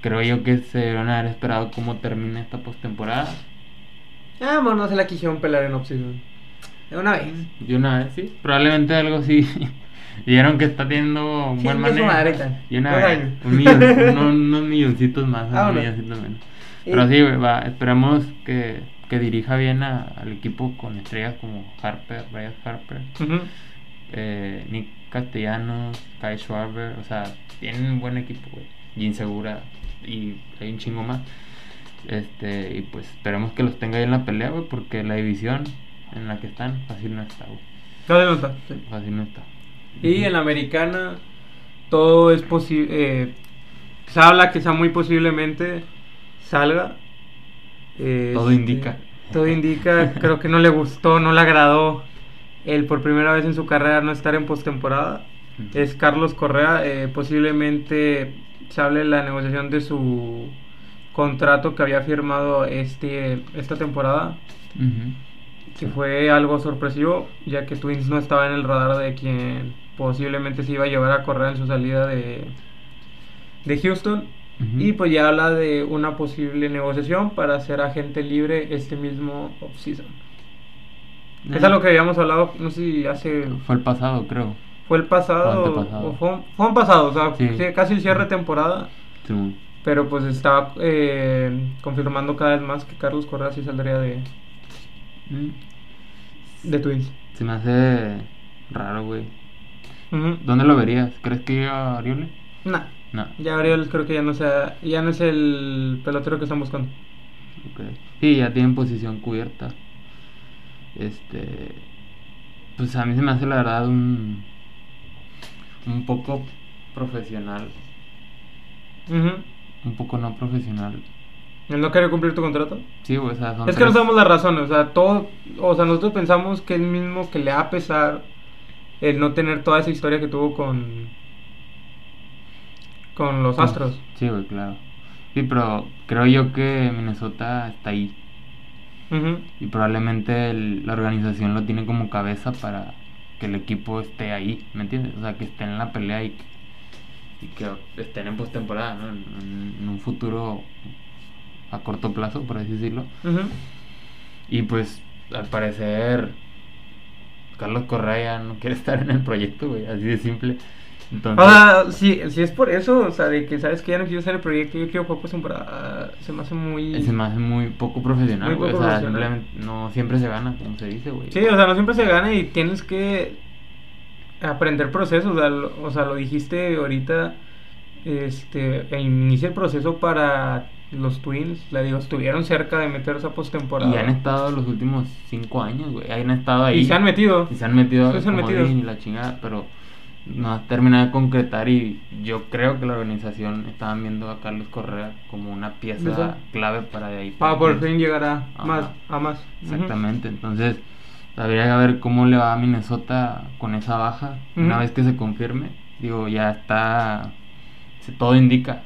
Speaker 1: creo yo que se debieron haber esperado cómo termina esta postemporada.
Speaker 2: Ah, bueno, no se la quisieron pelar en opción. De una vez.
Speaker 1: De una vez, sí. Probablemente algo sí. Vieron que está teniendo un buen
Speaker 2: Chingue su
Speaker 1: manejo.
Speaker 2: madre, tan.
Speaker 1: Y una
Speaker 2: Dos
Speaker 1: vez.
Speaker 2: años.
Speaker 1: Un millón, uno- unos milloncitos más, unos
Speaker 2: Vámonos.
Speaker 1: milloncitos menos.
Speaker 2: Y-
Speaker 1: Pero sí, güey, va. Esperamos que, que dirija bien a- al equipo con estrellas como Harper, Bryce Harper,
Speaker 2: Ujú.
Speaker 1: eh, Nick Castellanos, Kai Schwarber. O sea, tienen un buen equipo, güey. Y insegura. Y hay un chingo más. Este, y pues esperemos que los tenga ahí en la pelea, güey, porque la división en la que están fácil no está, güey.
Speaker 2: Dale nota, sí.
Speaker 1: Así no está.
Speaker 2: Y en la americana todo es posible. se habla que sea muy posiblemente salga. Eh,
Speaker 1: Todo
Speaker 2: este,
Speaker 1: indica.
Speaker 2: Todo indica. creo que no le gustó, no le agradó el por primera vez en su carrera no estar en postemporada.
Speaker 1: Ujú.
Speaker 2: es Carlos Correa. eh, posiblemente se hable de la negociación de su contrato que había firmado este, esta temporada,
Speaker 1: Ujú.
Speaker 2: que fue algo sorpresivo, ya que Twins no estaba en el radar de quien posiblemente se iba a llevar a Correa en su salida de, de Houston.
Speaker 1: Ujú.
Speaker 2: Y pues ya habla de una posible negociación para ser agente libre este mismo offseason.
Speaker 1: Ah,
Speaker 2: Es algo que habíamos hablado, no sé si hace.
Speaker 1: Fue el pasado, creo.
Speaker 2: Fue el pasado.
Speaker 1: Fue antepasado.
Speaker 2: o fue, un, fue un pasado, o sea,
Speaker 1: Sí.
Speaker 2: sí, casi el cierre de temporada.
Speaker 1: Simón.
Speaker 2: Pero pues estaba eh, confirmando cada vez más que Carlos Correa sí saldría de,
Speaker 1: Mm.
Speaker 2: de Twins.
Speaker 1: Se me hace raro, güey.
Speaker 2: Ujú.
Speaker 1: ¿Dónde lo verías? ¿Crees que llega a Oriole?
Speaker 2: Nah,
Speaker 1: No.
Speaker 2: ya Ariel creo que ya no, sea, ya no es el pelotero que están buscando.
Speaker 1: Ok. Sí, ya tienen posición cubierta. Este. Pues a mí se me hace la verdad un. Un poco profesional.
Speaker 2: Ujú.
Speaker 1: Un poco no profesional.
Speaker 2: ¿El no querer cumplir tu contrato?
Speaker 1: Sí, güey, o sea, son
Speaker 2: Es que no
Speaker 1: tres-
Speaker 2: sabemos las razones, o sea, todo, o sea, nosotros pensamos que es mismo que le va a pesar el no tener toda esa historia que tuvo con con los Astros.
Speaker 1: Sí, güey, claro. Sí, pero creo yo que Minnesota está ahí.
Speaker 2: Ujú.
Speaker 1: Y probablemente el- la organización lo tiene como cabeza para que el equipo esté ahí, ¿me entiendes? O sea, que esté en la pelea y que, y que estén en postemporada, ¿no? En, en- en un futuro a corto plazo, por así decirlo.
Speaker 2: Ujú.
Speaker 1: Y pues, al parecer, Carlos Correa no quiere estar en el proyecto, güey, así de simple. Entonces,
Speaker 2: O sea, si, si es por eso, o sea, de que sabes que ya no quiero hacer el proyecto, yo quiero jugar postemporada, se me hace muy...
Speaker 1: se me hace muy poco profesional,
Speaker 2: Muy
Speaker 1: güey.
Speaker 2: poco
Speaker 1: o sea,
Speaker 2: profesional.
Speaker 1: simplemente no siempre se gana, como se dice, güey.
Speaker 2: Sí, o sea, no siempre se gana y tienes que aprender procesos. O sea, lo, o sea, lo dijiste ahorita. Este, e inicia el proceso para los Twins. La digo, estuvieron cerca de meterse a postemporada.
Speaker 1: Y han estado los últimos cinco años, güey. Han estado ahí.
Speaker 2: Y se han metido.
Speaker 1: Y se han metido,
Speaker 2: Sí, se han
Speaker 1: como
Speaker 2: metido.
Speaker 1: dicen, y la chingada, pero no has terminado de concretar y yo creo que la organización estaban viendo a Carlos Correa como una pieza
Speaker 2: Eso.
Speaker 1: clave para de ahí.
Speaker 2: Para
Speaker 1: para
Speaker 2: Ah, por
Speaker 1: adelante.
Speaker 2: fin llegar a
Speaker 1: Ajá.
Speaker 2: más. A más. Ujú.
Speaker 1: Exactamente, entonces habría que ver cómo le va a Minnesota con esa baja una
Speaker 2: Ujú.
Speaker 1: vez que se confirme. Digo, ya está, se- todo indica,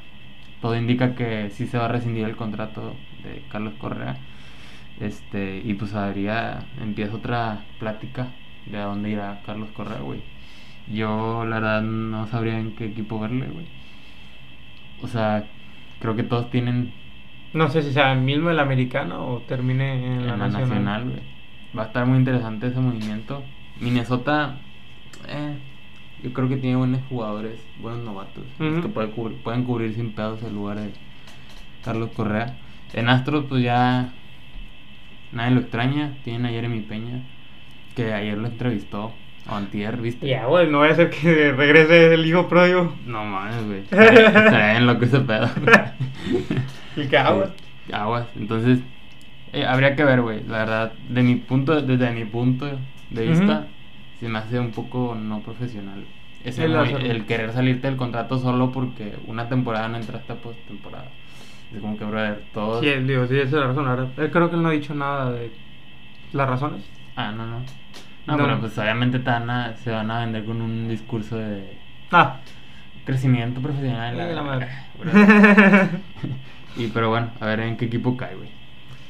Speaker 1: todo indica que sí se va a rescindir el contrato de Carlos Correa. Este, y pues habría, empieza otra plática de a dónde irá Carlos Correa, güey. Yo la verdad no sabría en qué equipo verle, güey. O sea, creo que todos tienen
Speaker 2: No sé si sea el mismo el americano o termine en la, nacional.
Speaker 1: güey. Va a estar muy interesante ese movimiento. Minnesota, eh, yo creo que tiene buenos jugadores, buenos novatos, los
Speaker 2: Ujú.
Speaker 1: que puede cubrir- pueden cubrir sin pedos el lugar de Carlos Correa. En Astros, pues ya nadie lo extraña. Tienen a Jeremy Peña, que ayer lo entrevistó, o antier, ¿viste?
Speaker 2: Ya, güey, no voy a ser que regrese el hijo pródigo.
Speaker 1: No mames, güey. Estaría en lo que ese pedo. güey.
Speaker 2: Y que ah, agua.
Speaker 1: Sí, Aguas. Entonces, eh, habría que ver, güey. La verdad, de mi punto, desde mi punto de
Speaker 2: Ujú.
Speaker 1: vista, se me hace un poco no profesional. Es
Speaker 2: El
Speaker 1: el, muy-
Speaker 2: hacerlo.
Speaker 1: el querer salirte del contrato solo porque una temporada no entraste a postemporada. Es como que, brother, todos.
Speaker 2: Sí, digo, sí, esa es la razón. Ahora, él creo que él no ha dicho nada de las razones.
Speaker 1: Ah, no, no. No,
Speaker 2: No.
Speaker 1: pero pues obviamente te van a- se van a vender con un discurso de
Speaker 2: Ah,
Speaker 1: crecimiento profesional.
Speaker 2: la madre.
Speaker 1: brother. y pero bueno, a ver en qué equipo cae, güey.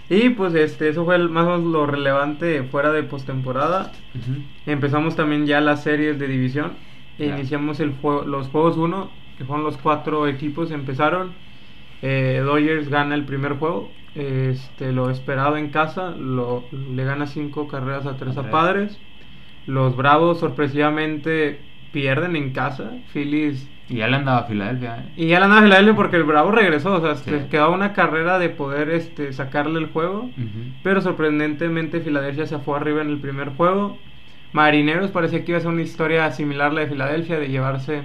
Speaker 2: y pues este, eso fue el- más o menos lo relevante fuera de postemporada.
Speaker 1: Ujú.
Speaker 2: Empezamos también ya las series de división. E
Speaker 1: Ya.
Speaker 2: Iniciamos el jue- los juegos 1, que fueron los cuatro equipos. Empezaron. Eh, Dodgers gana el primer juego. Este, lo esperado en casa. Lo, le gana 5 carreras a 3
Speaker 1: A
Speaker 2: a
Speaker 1: tres.
Speaker 2: padres. Los Bravos sorpresivamente pierden en casa. Phillies
Speaker 1: Y ya le andaba a Filadelfia, ¿eh?
Speaker 2: Y ya la nave la L porque el Bravo regresó, o sea,
Speaker 1: Sí.
Speaker 2: se quedó una carrera de poder este, sacarle el juego.
Speaker 1: Ujú.
Speaker 2: Pero sorprendentemente Filadelfia se fue arriba en el primer juego. Marineros parecía que iba a ser una historia similar a la de Filadelfia, de llevarse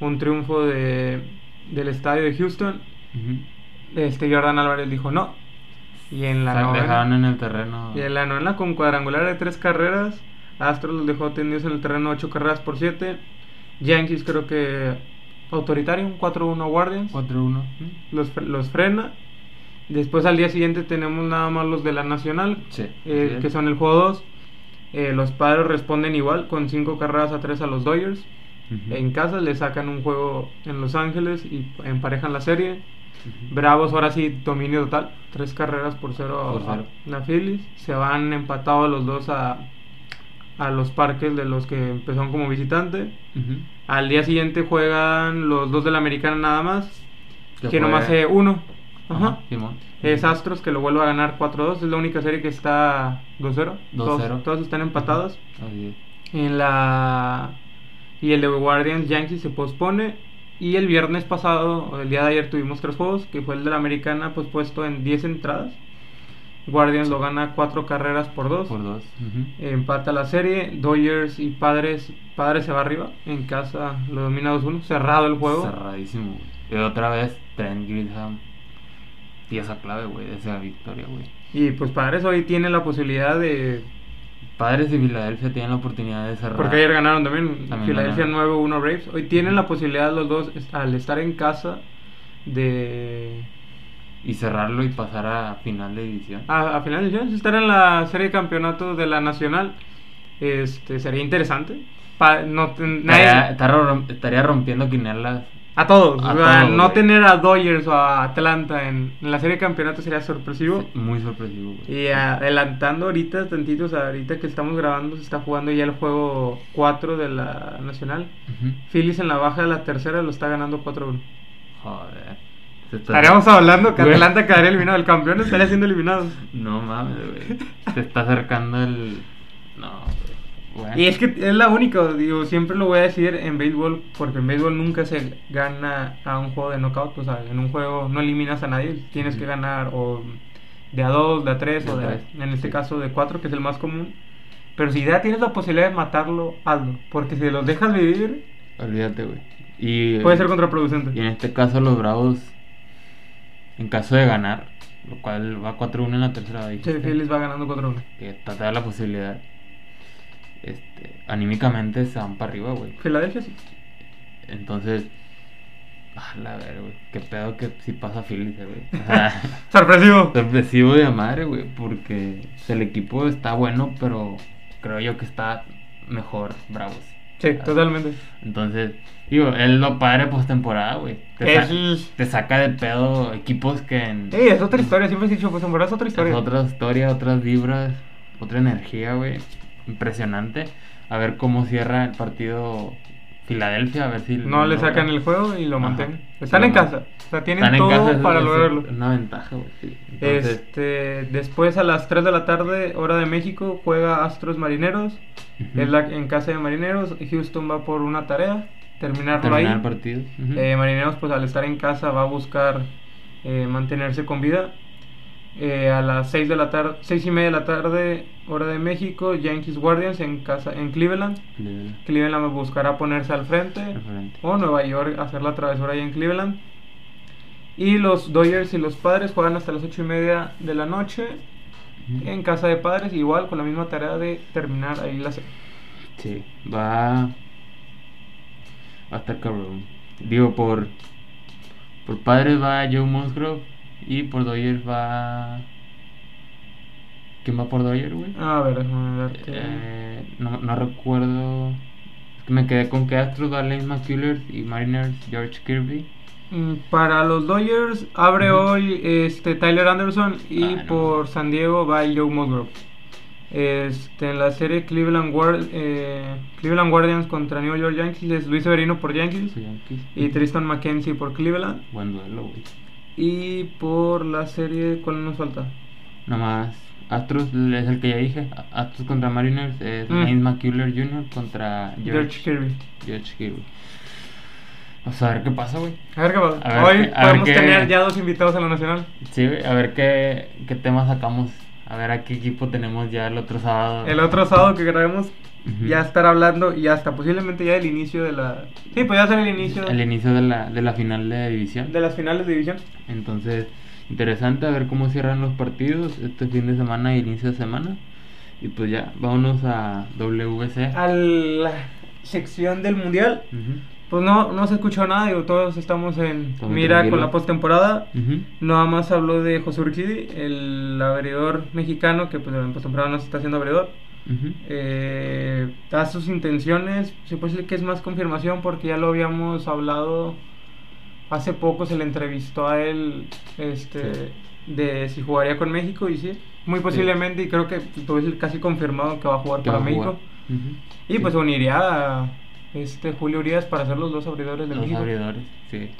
Speaker 2: un triunfo de, del estadio de Houston.
Speaker 1: Ujú.
Speaker 2: Este Jordan Álvarez dijo no. Y en la
Speaker 1: O sea,
Speaker 2: novena-
Speaker 1: dejaron en el terreno.
Speaker 2: y en la novena con cuadrangular de tres carreras, Astros los dejó tendidos en el terreno ocho carreras por siete. Yankees creo que autoritario, un 4-1 Guardians.
Speaker 1: 4-1.
Speaker 2: los, fre- los frena. Después al día siguiente tenemos nada más los de la Nacional,
Speaker 1: Sí.
Speaker 2: eh,
Speaker 1: Así es.
Speaker 2: que son el juego 2. los padres responden igual, con 5 carreras a 3 a los Dodgers.
Speaker 1: Ujú.
Speaker 2: En casa le sacan un juego en Los Ángeles y emparejan la serie. Bravos ahora sí, dominio total. Tres carreras por cero,
Speaker 1: Por cero.
Speaker 2: a la Phillies. Se van empatados los dos a, a los parques de los que empezaron como visitante.
Speaker 1: Ujú.
Speaker 2: Al día siguiente juegan los dos de la americana nada más.
Speaker 1: Que
Speaker 2: Que nomás
Speaker 1: fue-
Speaker 2: es uno. Ajá.
Speaker 1: Ajá, Simón.
Speaker 2: Es Astros que lo vuelve a ganar 4-2. Es la única serie que está 2-0.
Speaker 1: 2-0.
Speaker 2: Todos, todos están empatados.
Speaker 1: Así es.
Speaker 2: En la... Y el de Guardians Yankees se pospone. Y el viernes pasado, o el día de ayer, tuvimos tres juegos, que fue el de la americana pues puesto en 10 entradas. Guardians lo gana 4 carreras por 2.
Speaker 1: Por dos. Ujú.
Speaker 2: Empata la serie. Dodgers y Padres. Padres se va arriba. En casa lo domina 2-1. Cerrado el juego.
Speaker 1: Cerradísimo, güey. Y otra vez, Trent Grisham. Pieza clave, güey, de esa victoria, güey.
Speaker 2: Y pues Padres hoy tiene la posibilidad de...
Speaker 1: Padres de Filadelfia tienen la oportunidad de cerrar.
Speaker 2: Porque ayer ganaron también.
Speaker 1: También
Speaker 2: Filadelfia
Speaker 1: ganaron.
Speaker 2: 9-1 Braves. Hoy tienen la posibilidad los dos, es- al estar en casa, de...
Speaker 1: Y cerrarlo y pasar a final de división.
Speaker 2: A, a final de año, si estar en la serie de campeonatos de la Nacional. Este, sería interesante. Pa- no, ten-
Speaker 1: Estaría,
Speaker 2: nadie-
Speaker 1: estar rom- estaría rompiendo quinelas.
Speaker 2: a todos.
Speaker 1: a
Speaker 2: o sea,
Speaker 1: todos,
Speaker 2: no
Speaker 1: güey.
Speaker 2: tener a Dodgers o a Atlanta en, en la serie de campeonatos sería sorpresivo.
Speaker 1: Muy sorpresivo, güey.
Speaker 2: Y adelantando ahorita tantito, o sea, ahorita que estamos grabando, se está jugando ya el juego 4 de la Nacional.
Speaker 1: Ujú.
Speaker 2: Phillies en la baja de la tercera lo está ganando 4-1.
Speaker 1: Joder. Se está-
Speaker 2: Estaríamos hablando que
Speaker 1: Güey.
Speaker 2: Atlanta quedaría eliminado. El campeón estaría siendo eliminado.
Speaker 1: No mames, güey. Se está acercando el. No, güey. Bueno.
Speaker 2: Y es que es la única, digo, siempre lo voy a decir en béisbol, porque en béisbol nunca se gana a un juego de knockout, o sea, en un juego no eliminas a nadie, tienes que
Speaker 1: Ujú.
Speaker 2: ganar o de a dos, de a tres,
Speaker 1: De
Speaker 2: o
Speaker 1: a
Speaker 2: de,
Speaker 1: tres,
Speaker 2: en este
Speaker 1: sí.
Speaker 2: caso de cuatro, que es el más común. Pero si ya tienes la posibilidad de matarlo, hazlo, porque si los dejas vivir,
Speaker 1: Olvídate, güey. Y.
Speaker 2: puede ser
Speaker 1: Y
Speaker 2: contraproducente.
Speaker 1: en este caso los Bravos, en caso de ganar, lo cual va 4-1 en la tercera vez.
Speaker 2: Che, Phillies va ganando 4-1.
Speaker 1: Que está te da la posibilidad. Este, anímicamente se van para arriba, güey.
Speaker 2: Filadelfia sí.
Speaker 1: Entonces, a la ver, güey. Qué pedo que si pasa Phillies, eh, güey. O sea,
Speaker 2: Sorpresivo.
Speaker 1: sorpresivo Pues de madre, güey. Porque o sea, el equipo está bueno, pero creo yo que está mejor Bravos.
Speaker 2: Sí, totalmente.
Speaker 1: Entonces, digo, es lo padre postemporada, güey. Te, sa-
Speaker 2: Es-
Speaker 1: te saca de pedo equipos que en.
Speaker 2: Ey, es otra historia, siempre he dicho, pues en verdad es otra historia.
Speaker 1: Es otra historia, otras vibras, otra energía, güey. Impresionante. A ver cómo cierra el partido Filadelfia, a ver si...
Speaker 2: No le
Speaker 1: logra.
Speaker 2: sacan el juego y lo
Speaker 1: Ajá.
Speaker 2: mantienen. Están
Speaker 1: Lo
Speaker 2: en
Speaker 1: man-
Speaker 2: casa. O sea, tienen
Speaker 1: Están en
Speaker 2: todo
Speaker 1: casa, es-
Speaker 2: para
Speaker 1: es
Speaker 2: lograrlo.
Speaker 1: Una ventaja, güey. sí. Entonces,
Speaker 2: Este, después a las 3 de la tarde, hora de México, juega Astros Marineros.
Speaker 1: ujú.
Speaker 2: Es la- en casa de Marineros. Houston va por una tarea, terminarlo
Speaker 1: Terminar el
Speaker 2: ahí.
Speaker 1: partido. ujú.
Speaker 2: Eh, Marineros, pues al estar en casa, va a buscar eh, mantenerse con vida. Eh, a las 6 de la tarde, 6 y media de la tarde, hora de México, Yankees Guardians en casa en Cleveland.
Speaker 1: De-
Speaker 2: Cleveland buscará ponerse al frente.
Speaker 1: al frente.
Speaker 2: o Nueva York hacer la travesura allá en Cleveland. Y los Dodgers y los padres juegan hasta las 8 y media de la noche
Speaker 1: Ujú.
Speaker 2: en casa de padres, igual con la misma tarea de terminar ahí la serie.
Speaker 1: Sí, va hasta cabrón. Digo, por por padres va Joe Musgrove y por Dodgers va... ¿Quién va por Dodgers, güey?
Speaker 2: A ver, déjame ver qué-
Speaker 1: Eh, no, no recuerdo. Es que me quedé con que Astros, Darlene McCullers y Mariners, George Kirby.
Speaker 2: Mm, Para los Dodgers abre
Speaker 1: Ujú.
Speaker 2: hoy este Tyler Anderson y
Speaker 1: Ah, no.
Speaker 2: por San Diego va Joe Musgrove. Este, en la serie Cleveland, Guard- eh, Cleveland Guardians contra New York Yankees es Luis Severino por Yankees
Speaker 1: Soy Yankees.
Speaker 2: y Tristan McKenzie por Cleveland.
Speaker 1: Buen duelo, güey.
Speaker 2: Y por la serie, ¿cuál nos falta?
Speaker 1: Nomás. Astros es el que ya dije. A- Astros contra Mariners es
Speaker 2: Mm.
Speaker 1: Lane McCullers Jr. contra
Speaker 2: George
Speaker 1: George,
Speaker 2: Kirby.
Speaker 1: George Kirby. Vamos a ver qué pasa, güey.
Speaker 2: A ver qué pasa.
Speaker 1: A ver
Speaker 2: Hoy
Speaker 1: qué- a ver
Speaker 2: podemos
Speaker 1: qué-
Speaker 2: tener ya dos invitados a la nacional.
Speaker 1: Sí, güey, a ver qué, qué tema sacamos. A ver a qué equipo tenemos ya el otro sábado.
Speaker 2: El otro sábado que grabemos,
Speaker 1: Ah. Ujú.
Speaker 2: ya estar hablando y hasta posiblemente ya el inicio de la. Sí, pues ya será el inicio
Speaker 1: El inicio de la, de la final de división.
Speaker 2: de las finales de división.
Speaker 1: Entonces, interesante a ver cómo cierran los partidos este fin de semana y inicio de semana. Y pues ya, vámonos a WC.
Speaker 2: A la sección del mundial,
Speaker 1: Ujú,
Speaker 2: pues no, no se escuchó nada, digo, todos estamos en
Speaker 1: Todo
Speaker 2: mira con
Speaker 1: tranquilo.
Speaker 2: la postemporada.
Speaker 1: ujú.
Speaker 2: Nada más habló de José Urquidi, el abridor mexicano que pues en postemporada no se está haciendo abridor.
Speaker 1: Ujú.
Speaker 2: eh, da sus intenciones. Se puede decir que es más confirmación porque ya lo habíamos hablado hace poco. Se le entrevistó a él este,
Speaker 1: Sí.
Speaker 2: de si jugaría con México y sí, muy posiblemente. Y creo que puede ser casi confirmado que va a jugar
Speaker 1: Que va
Speaker 2: para
Speaker 1: a jugar.
Speaker 2: México.
Speaker 1: Ujú.
Speaker 2: Y pues uniría a este Julio Urias para ser los dos abridores de
Speaker 1: Los
Speaker 2: México.
Speaker 1: abridores, sí.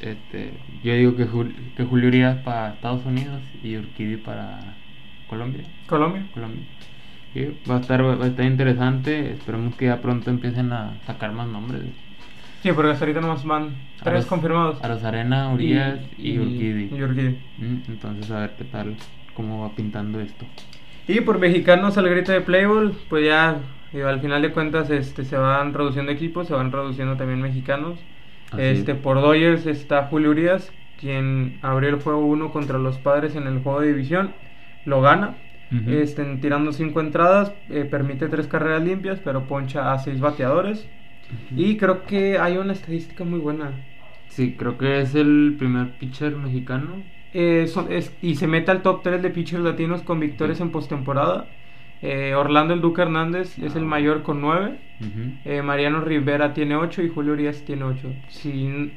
Speaker 1: Este, yo digo que, Jul- que Julio Urias para Estados Unidos y Urquidi para Colombia.
Speaker 2: Colombia.
Speaker 1: Colombia. Sí, va, a estar, va a estar interesante. Esperemos que ya pronto empiecen a sacar más nombres.
Speaker 2: Sí, porque hasta ahorita nomás van
Speaker 1: A
Speaker 2: tres
Speaker 1: los-
Speaker 2: confirmados.
Speaker 1: A Rosarena, Urias y, Urquidi.
Speaker 2: Y Urquidi.
Speaker 1: Mm, Entonces, a ver qué tal, cómo va pintando esto.
Speaker 2: Y por mexicanos al grito de Playboy, pues ya digo, al final de cuentas este, se van reduciendo equipos, se van reduciendo también mexicanos.
Speaker 1: Así es.
Speaker 2: este Por Dodgers está Julio Urias, quien abrió el juego 1 contra los padres en el juego de división, lo gana.
Speaker 1: Ujú.
Speaker 2: este, tirando 5 entradas, eh, permite 3 carreras limpias, pero poncha a 6 bateadores.
Speaker 1: Ujú.
Speaker 2: Y creo que hay una estadística muy buena.
Speaker 1: Sí, creo que es el primer pitcher mexicano.
Speaker 2: Eh, son- es- y se mete al top 3 de pitchers latinos con victorias
Speaker 1: Ujú.
Speaker 2: en postemporada. Eh, Orlando el Duque Hernández es el
Speaker 1: Ah.
Speaker 2: mayor con 9.
Speaker 1: Ujú.
Speaker 2: Eh, Mariano Rivera tiene 8 y Julio Urias tiene 8. Si n-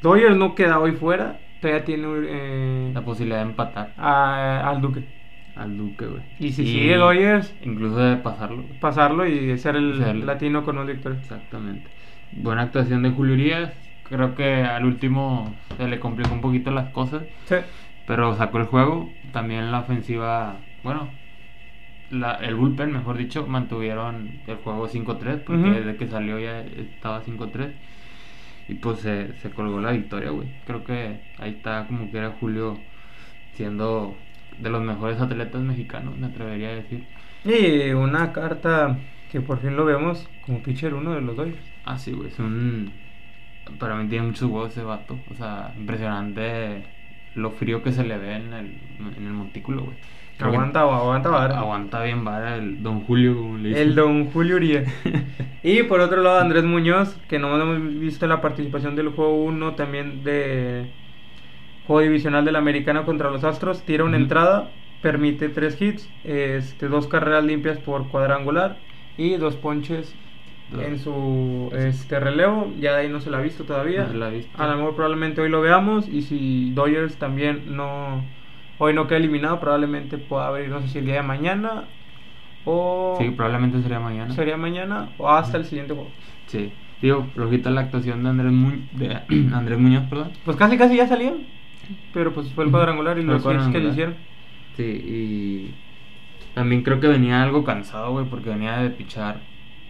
Speaker 2: Dodgers no queda hoy fuera, todavía tiene eh,
Speaker 1: La posibilidad de empatar
Speaker 2: a- al Duque.
Speaker 1: al Duque, güey.
Speaker 2: Y si sigue Dodgers,
Speaker 1: Incluso de pasarlo, güey.
Speaker 2: pasarlo y ser el
Speaker 1: Ser el-
Speaker 2: latino con más victorias.
Speaker 1: Exactamente. Buena actuación de Julio Urias. Creo que al último se le complicó un poquito las cosas,
Speaker 2: Sí.
Speaker 1: pero sacó el juego. También la ofensiva, bueno, la- el bullpen, mejor dicho, mantuvieron el juego 5-3, porque
Speaker 2: Ujú.
Speaker 1: desde que salió ya estaba 5-3. Y pues se, se colgó la victoria, güey. Creo que ahí está como que era Julio siendo de los mejores atletas mexicanos, me atrevería a decir.
Speaker 2: Y una carta que por fin lo vemos como pitcher uno de los Dodgers.
Speaker 1: Ah, sí, güey, es un... Para mí tiene muchos huevos ese vato. O sea, impresionante lo frío que se le ve en el, en el montículo, güey. Creo que
Speaker 2: Aguanta, aguanta, vara.
Speaker 1: Aguanta bien vara el Don Julio, como le dicen.
Speaker 2: El Don Julio Urias. y por otro lado, Andrés Muñoz, que no hemos visto la participación del juego 1 también de juego divisional de la Americana contra los Astros. Tira una
Speaker 1: Ujú.
Speaker 2: entrada, permite tres hits, este, dos carreras limpias por cuadrangular y dos ponches
Speaker 1: Dos.
Speaker 2: en su este relevo. Ya de ahí no se la ha visto todavía.
Speaker 1: No se la ha visto.
Speaker 2: A lo mejor probablemente hoy lo veamos y si Dodgers también no hoy no queda eliminado, probablemente pueda abrir, no sé si el día de mañana o
Speaker 1: Sí, probablemente sería mañana.
Speaker 2: sería mañana o hasta el siguiente juego.
Speaker 1: Sí. Digo, flojita la actuación de Andrés, Mu- de Andrés Muñoz, perdón.
Speaker 2: Pues casi casi ya salía, pero pues fue el
Speaker 1: Ujú.
Speaker 2: cuadrangular y
Speaker 1: Fue el
Speaker 2: los hits que le
Speaker 1: cuadrangular.
Speaker 2: hicieron.
Speaker 1: Sí, y también creo que venía algo cansado, güey, porque venía de pichar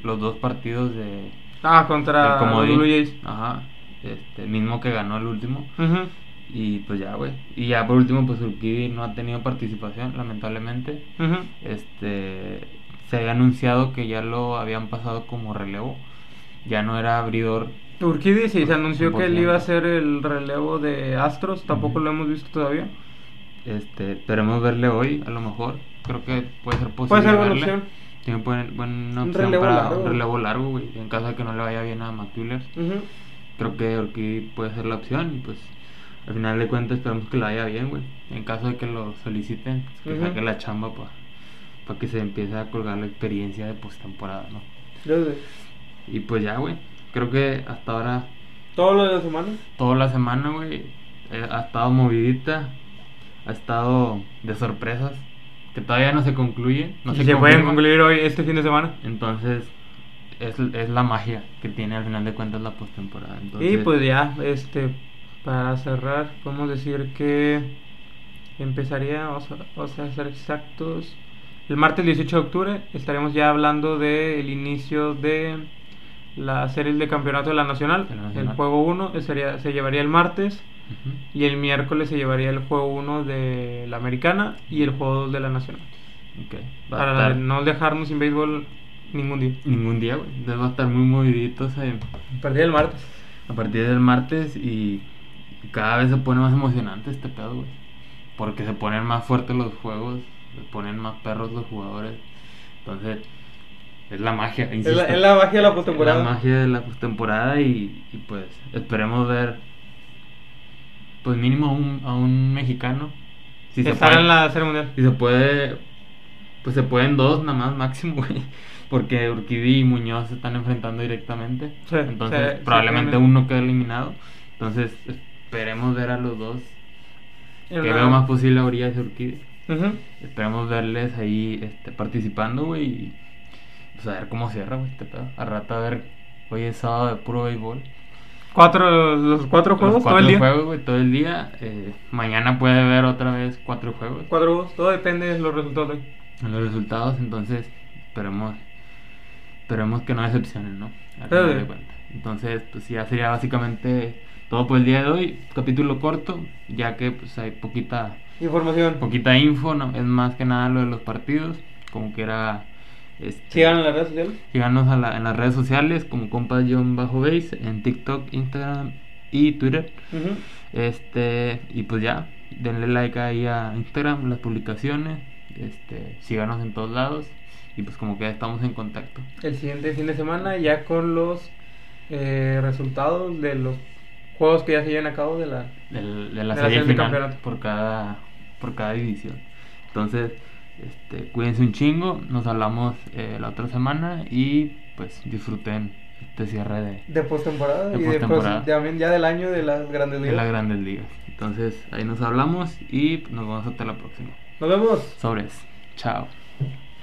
Speaker 1: los dos partidos de...
Speaker 2: Ah, contra
Speaker 1: del comodín.
Speaker 2: los Blue Jays.
Speaker 1: Ajá. Este, mismo que ganó el último.
Speaker 2: Ujú.
Speaker 1: Y pues ya, güey. Y ya por último, pues Urquidi no ha tenido participación, lamentablemente.
Speaker 2: Ujú.
Speaker 1: Este. Se había anunciado que ya lo habían pasado como relevo. Ya no era abridor.
Speaker 2: Urquidy sí, se
Speaker 1: Pues,
Speaker 2: anunció que él
Speaker 1: 100%.
Speaker 2: iba a ser el relevo de Astros, tampoco
Speaker 1: Ujú.
Speaker 2: lo hemos visto todavía.
Speaker 1: Este, esperemos verle hoy, a lo mejor. Creo que puede ser posible.
Speaker 2: Puede ser buena
Speaker 1: Pues verle.
Speaker 2: opción.
Speaker 1: Tiene buen- buena
Speaker 2: Un
Speaker 1: opción
Speaker 2: relevo
Speaker 1: para
Speaker 2: largo.
Speaker 1: un relevo largo, güey. En caso de que no le vaya bien a Matt Wheeler.
Speaker 2: Ujú.
Speaker 1: Creo que Urquidi puede ser la opción. Y pues, al final de cuentas, esperamos que le vaya bien, güey. En caso de que lo soliciten, pues, que
Speaker 2: Ujú.
Speaker 1: saque la chamba para que se empiece a colgar la experiencia de postemporada, ¿no?
Speaker 2: Yo sé.
Speaker 1: Y pues ya, güey. Creo que hasta ahora,
Speaker 2: Todo lo de la semana.
Speaker 1: toda la semana, güey, eh, ha estado movidita, ha estado de sorpresas, que todavía no se concluye. No
Speaker 2: y se pueden
Speaker 1: confirma.
Speaker 2: concluir hoy, este fin de semana.
Speaker 1: Entonces, es, es la magia que tiene al final de cuentas la postemporada.
Speaker 2: y
Speaker 1: Entonces,
Speaker 2: pues ya, este, para cerrar, podemos decir que empezaría, o sea, o sea, ser exactos, el martes 18 de octubre estaremos ya hablando del inicio de la series de campeonato de la Nacional.
Speaker 1: De la Nacional.
Speaker 2: El juego 1 sería, se llevaría el martes
Speaker 1: ujú.
Speaker 2: y el miércoles se llevaría el juego 1 de la Americana y el juego 2 de la Nacional.
Speaker 1: Ok, va a
Speaker 2: Para
Speaker 1: estar-
Speaker 2: no dejarnos sin béisbol ningún día.
Speaker 1: Ningún día, güey. Entonces va a estar muy movidito ese-
Speaker 2: Perdí el martes.
Speaker 1: a partir del martes y cada vez se pone más emocionante este pedo, güey. Porque se ponen más fuertes los juegos, se ponen más perros los jugadores. Entonces, es la magia, insisto.
Speaker 2: Es la, es la magia de la
Speaker 1: Es la
Speaker 2: postemporada.
Speaker 1: magia de la postemporada y, y, pues esperemos ver, pues mínimo a un, a un mexicano. Si se
Speaker 2: Estar
Speaker 1: puede-
Speaker 2: en la serie mundial.
Speaker 1: si se puede pues se pueden dos nada más máximo, güey. Porque Urquidi y Muñoz se están enfrentando directamente.
Speaker 2: Sí,
Speaker 1: Entonces,
Speaker 2: sí,
Speaker 1: probablemente
Speaker 2: sí,
Speaker 1: uno quede eliminado. Entonces, esperemos ver a los dos.
Speaker 2: En
Speaker 1: que
Speaker 2: una-
Speaker 1: veo más posible a Urias y Urquidi.
Speaker 2: Ujú.
Speaker 1: Esperemos verles ahí este, participando, güey. Y pues a ver cómo cierra, güey, este pedo. A rato a ver, hoy es sábado de puro béisbol.
Speaker 2: Cuatro, los cuatro juegos
Speaker 1: Los
Speaker 2: todo el
Speaker 1: cuatro
Speaker 2: día.
Speaker 1: juegos, güey, todo el día. Eh, mañana puede haber otra vez cuatro juegos.
Speaker 2: Cuatro juegos, todo depende de los resultados. güey.
Speaker 1: en los resultados, entonces esperemos, esperemos que no decepcionen, ¿no? Al
Speaker 2: Sí.
Speaker 1: final de cuentas. Entonces, pues ya sería básicamente todo por el día de hoy, capítulo corto, ya que pues hay poquita,
Speaker 2: Información.
Speaker 1: poquita info, ¿no? es más que nada lo de los partidos, como que era este,
Speaker 2: Sigan en las redes sociales.
Speaker 1: síganos a la- en las redes sociales como compas bajo base en TikTok, Instagram y Twitter.
Speaker 2: Ujú.
Speaker 1: Este, y pues ya, denle like ahí a Instagram, las publicaciones, este, síganos en todos lados y pues como que ya estamos en contacto.
Speaker 2: El siguiente fin de semana ya con los eh, resultados de los juegos que ya se llevan a cabo de la...
Speaker 1: Del- de la
Speaker 2: De la
Speaker 1: serie
Speaker 2: serie de
Speaker 1: final
Speaker 2: campeonato.
Speaker 1: por cada por cada división. Entonces, este, cuídense un chingo, nos hablamos eh, la otra semana y pues disfruten este cierre de,
Speaker 2: De postemporada
Speaker 1: De
Speaker 2: y de
Speaker 1: postemporada.
Speaker 2: pros- también ya del año de las grandes
Speaker 1: de las
Speaker 2: ligas.
Speaker 1: grandes ligas. Entonces, ahí nos hablamos y nos vemos hasta la próxima.
Speaker 2: Nos vemos.
Speaker 1: Sobres, chao.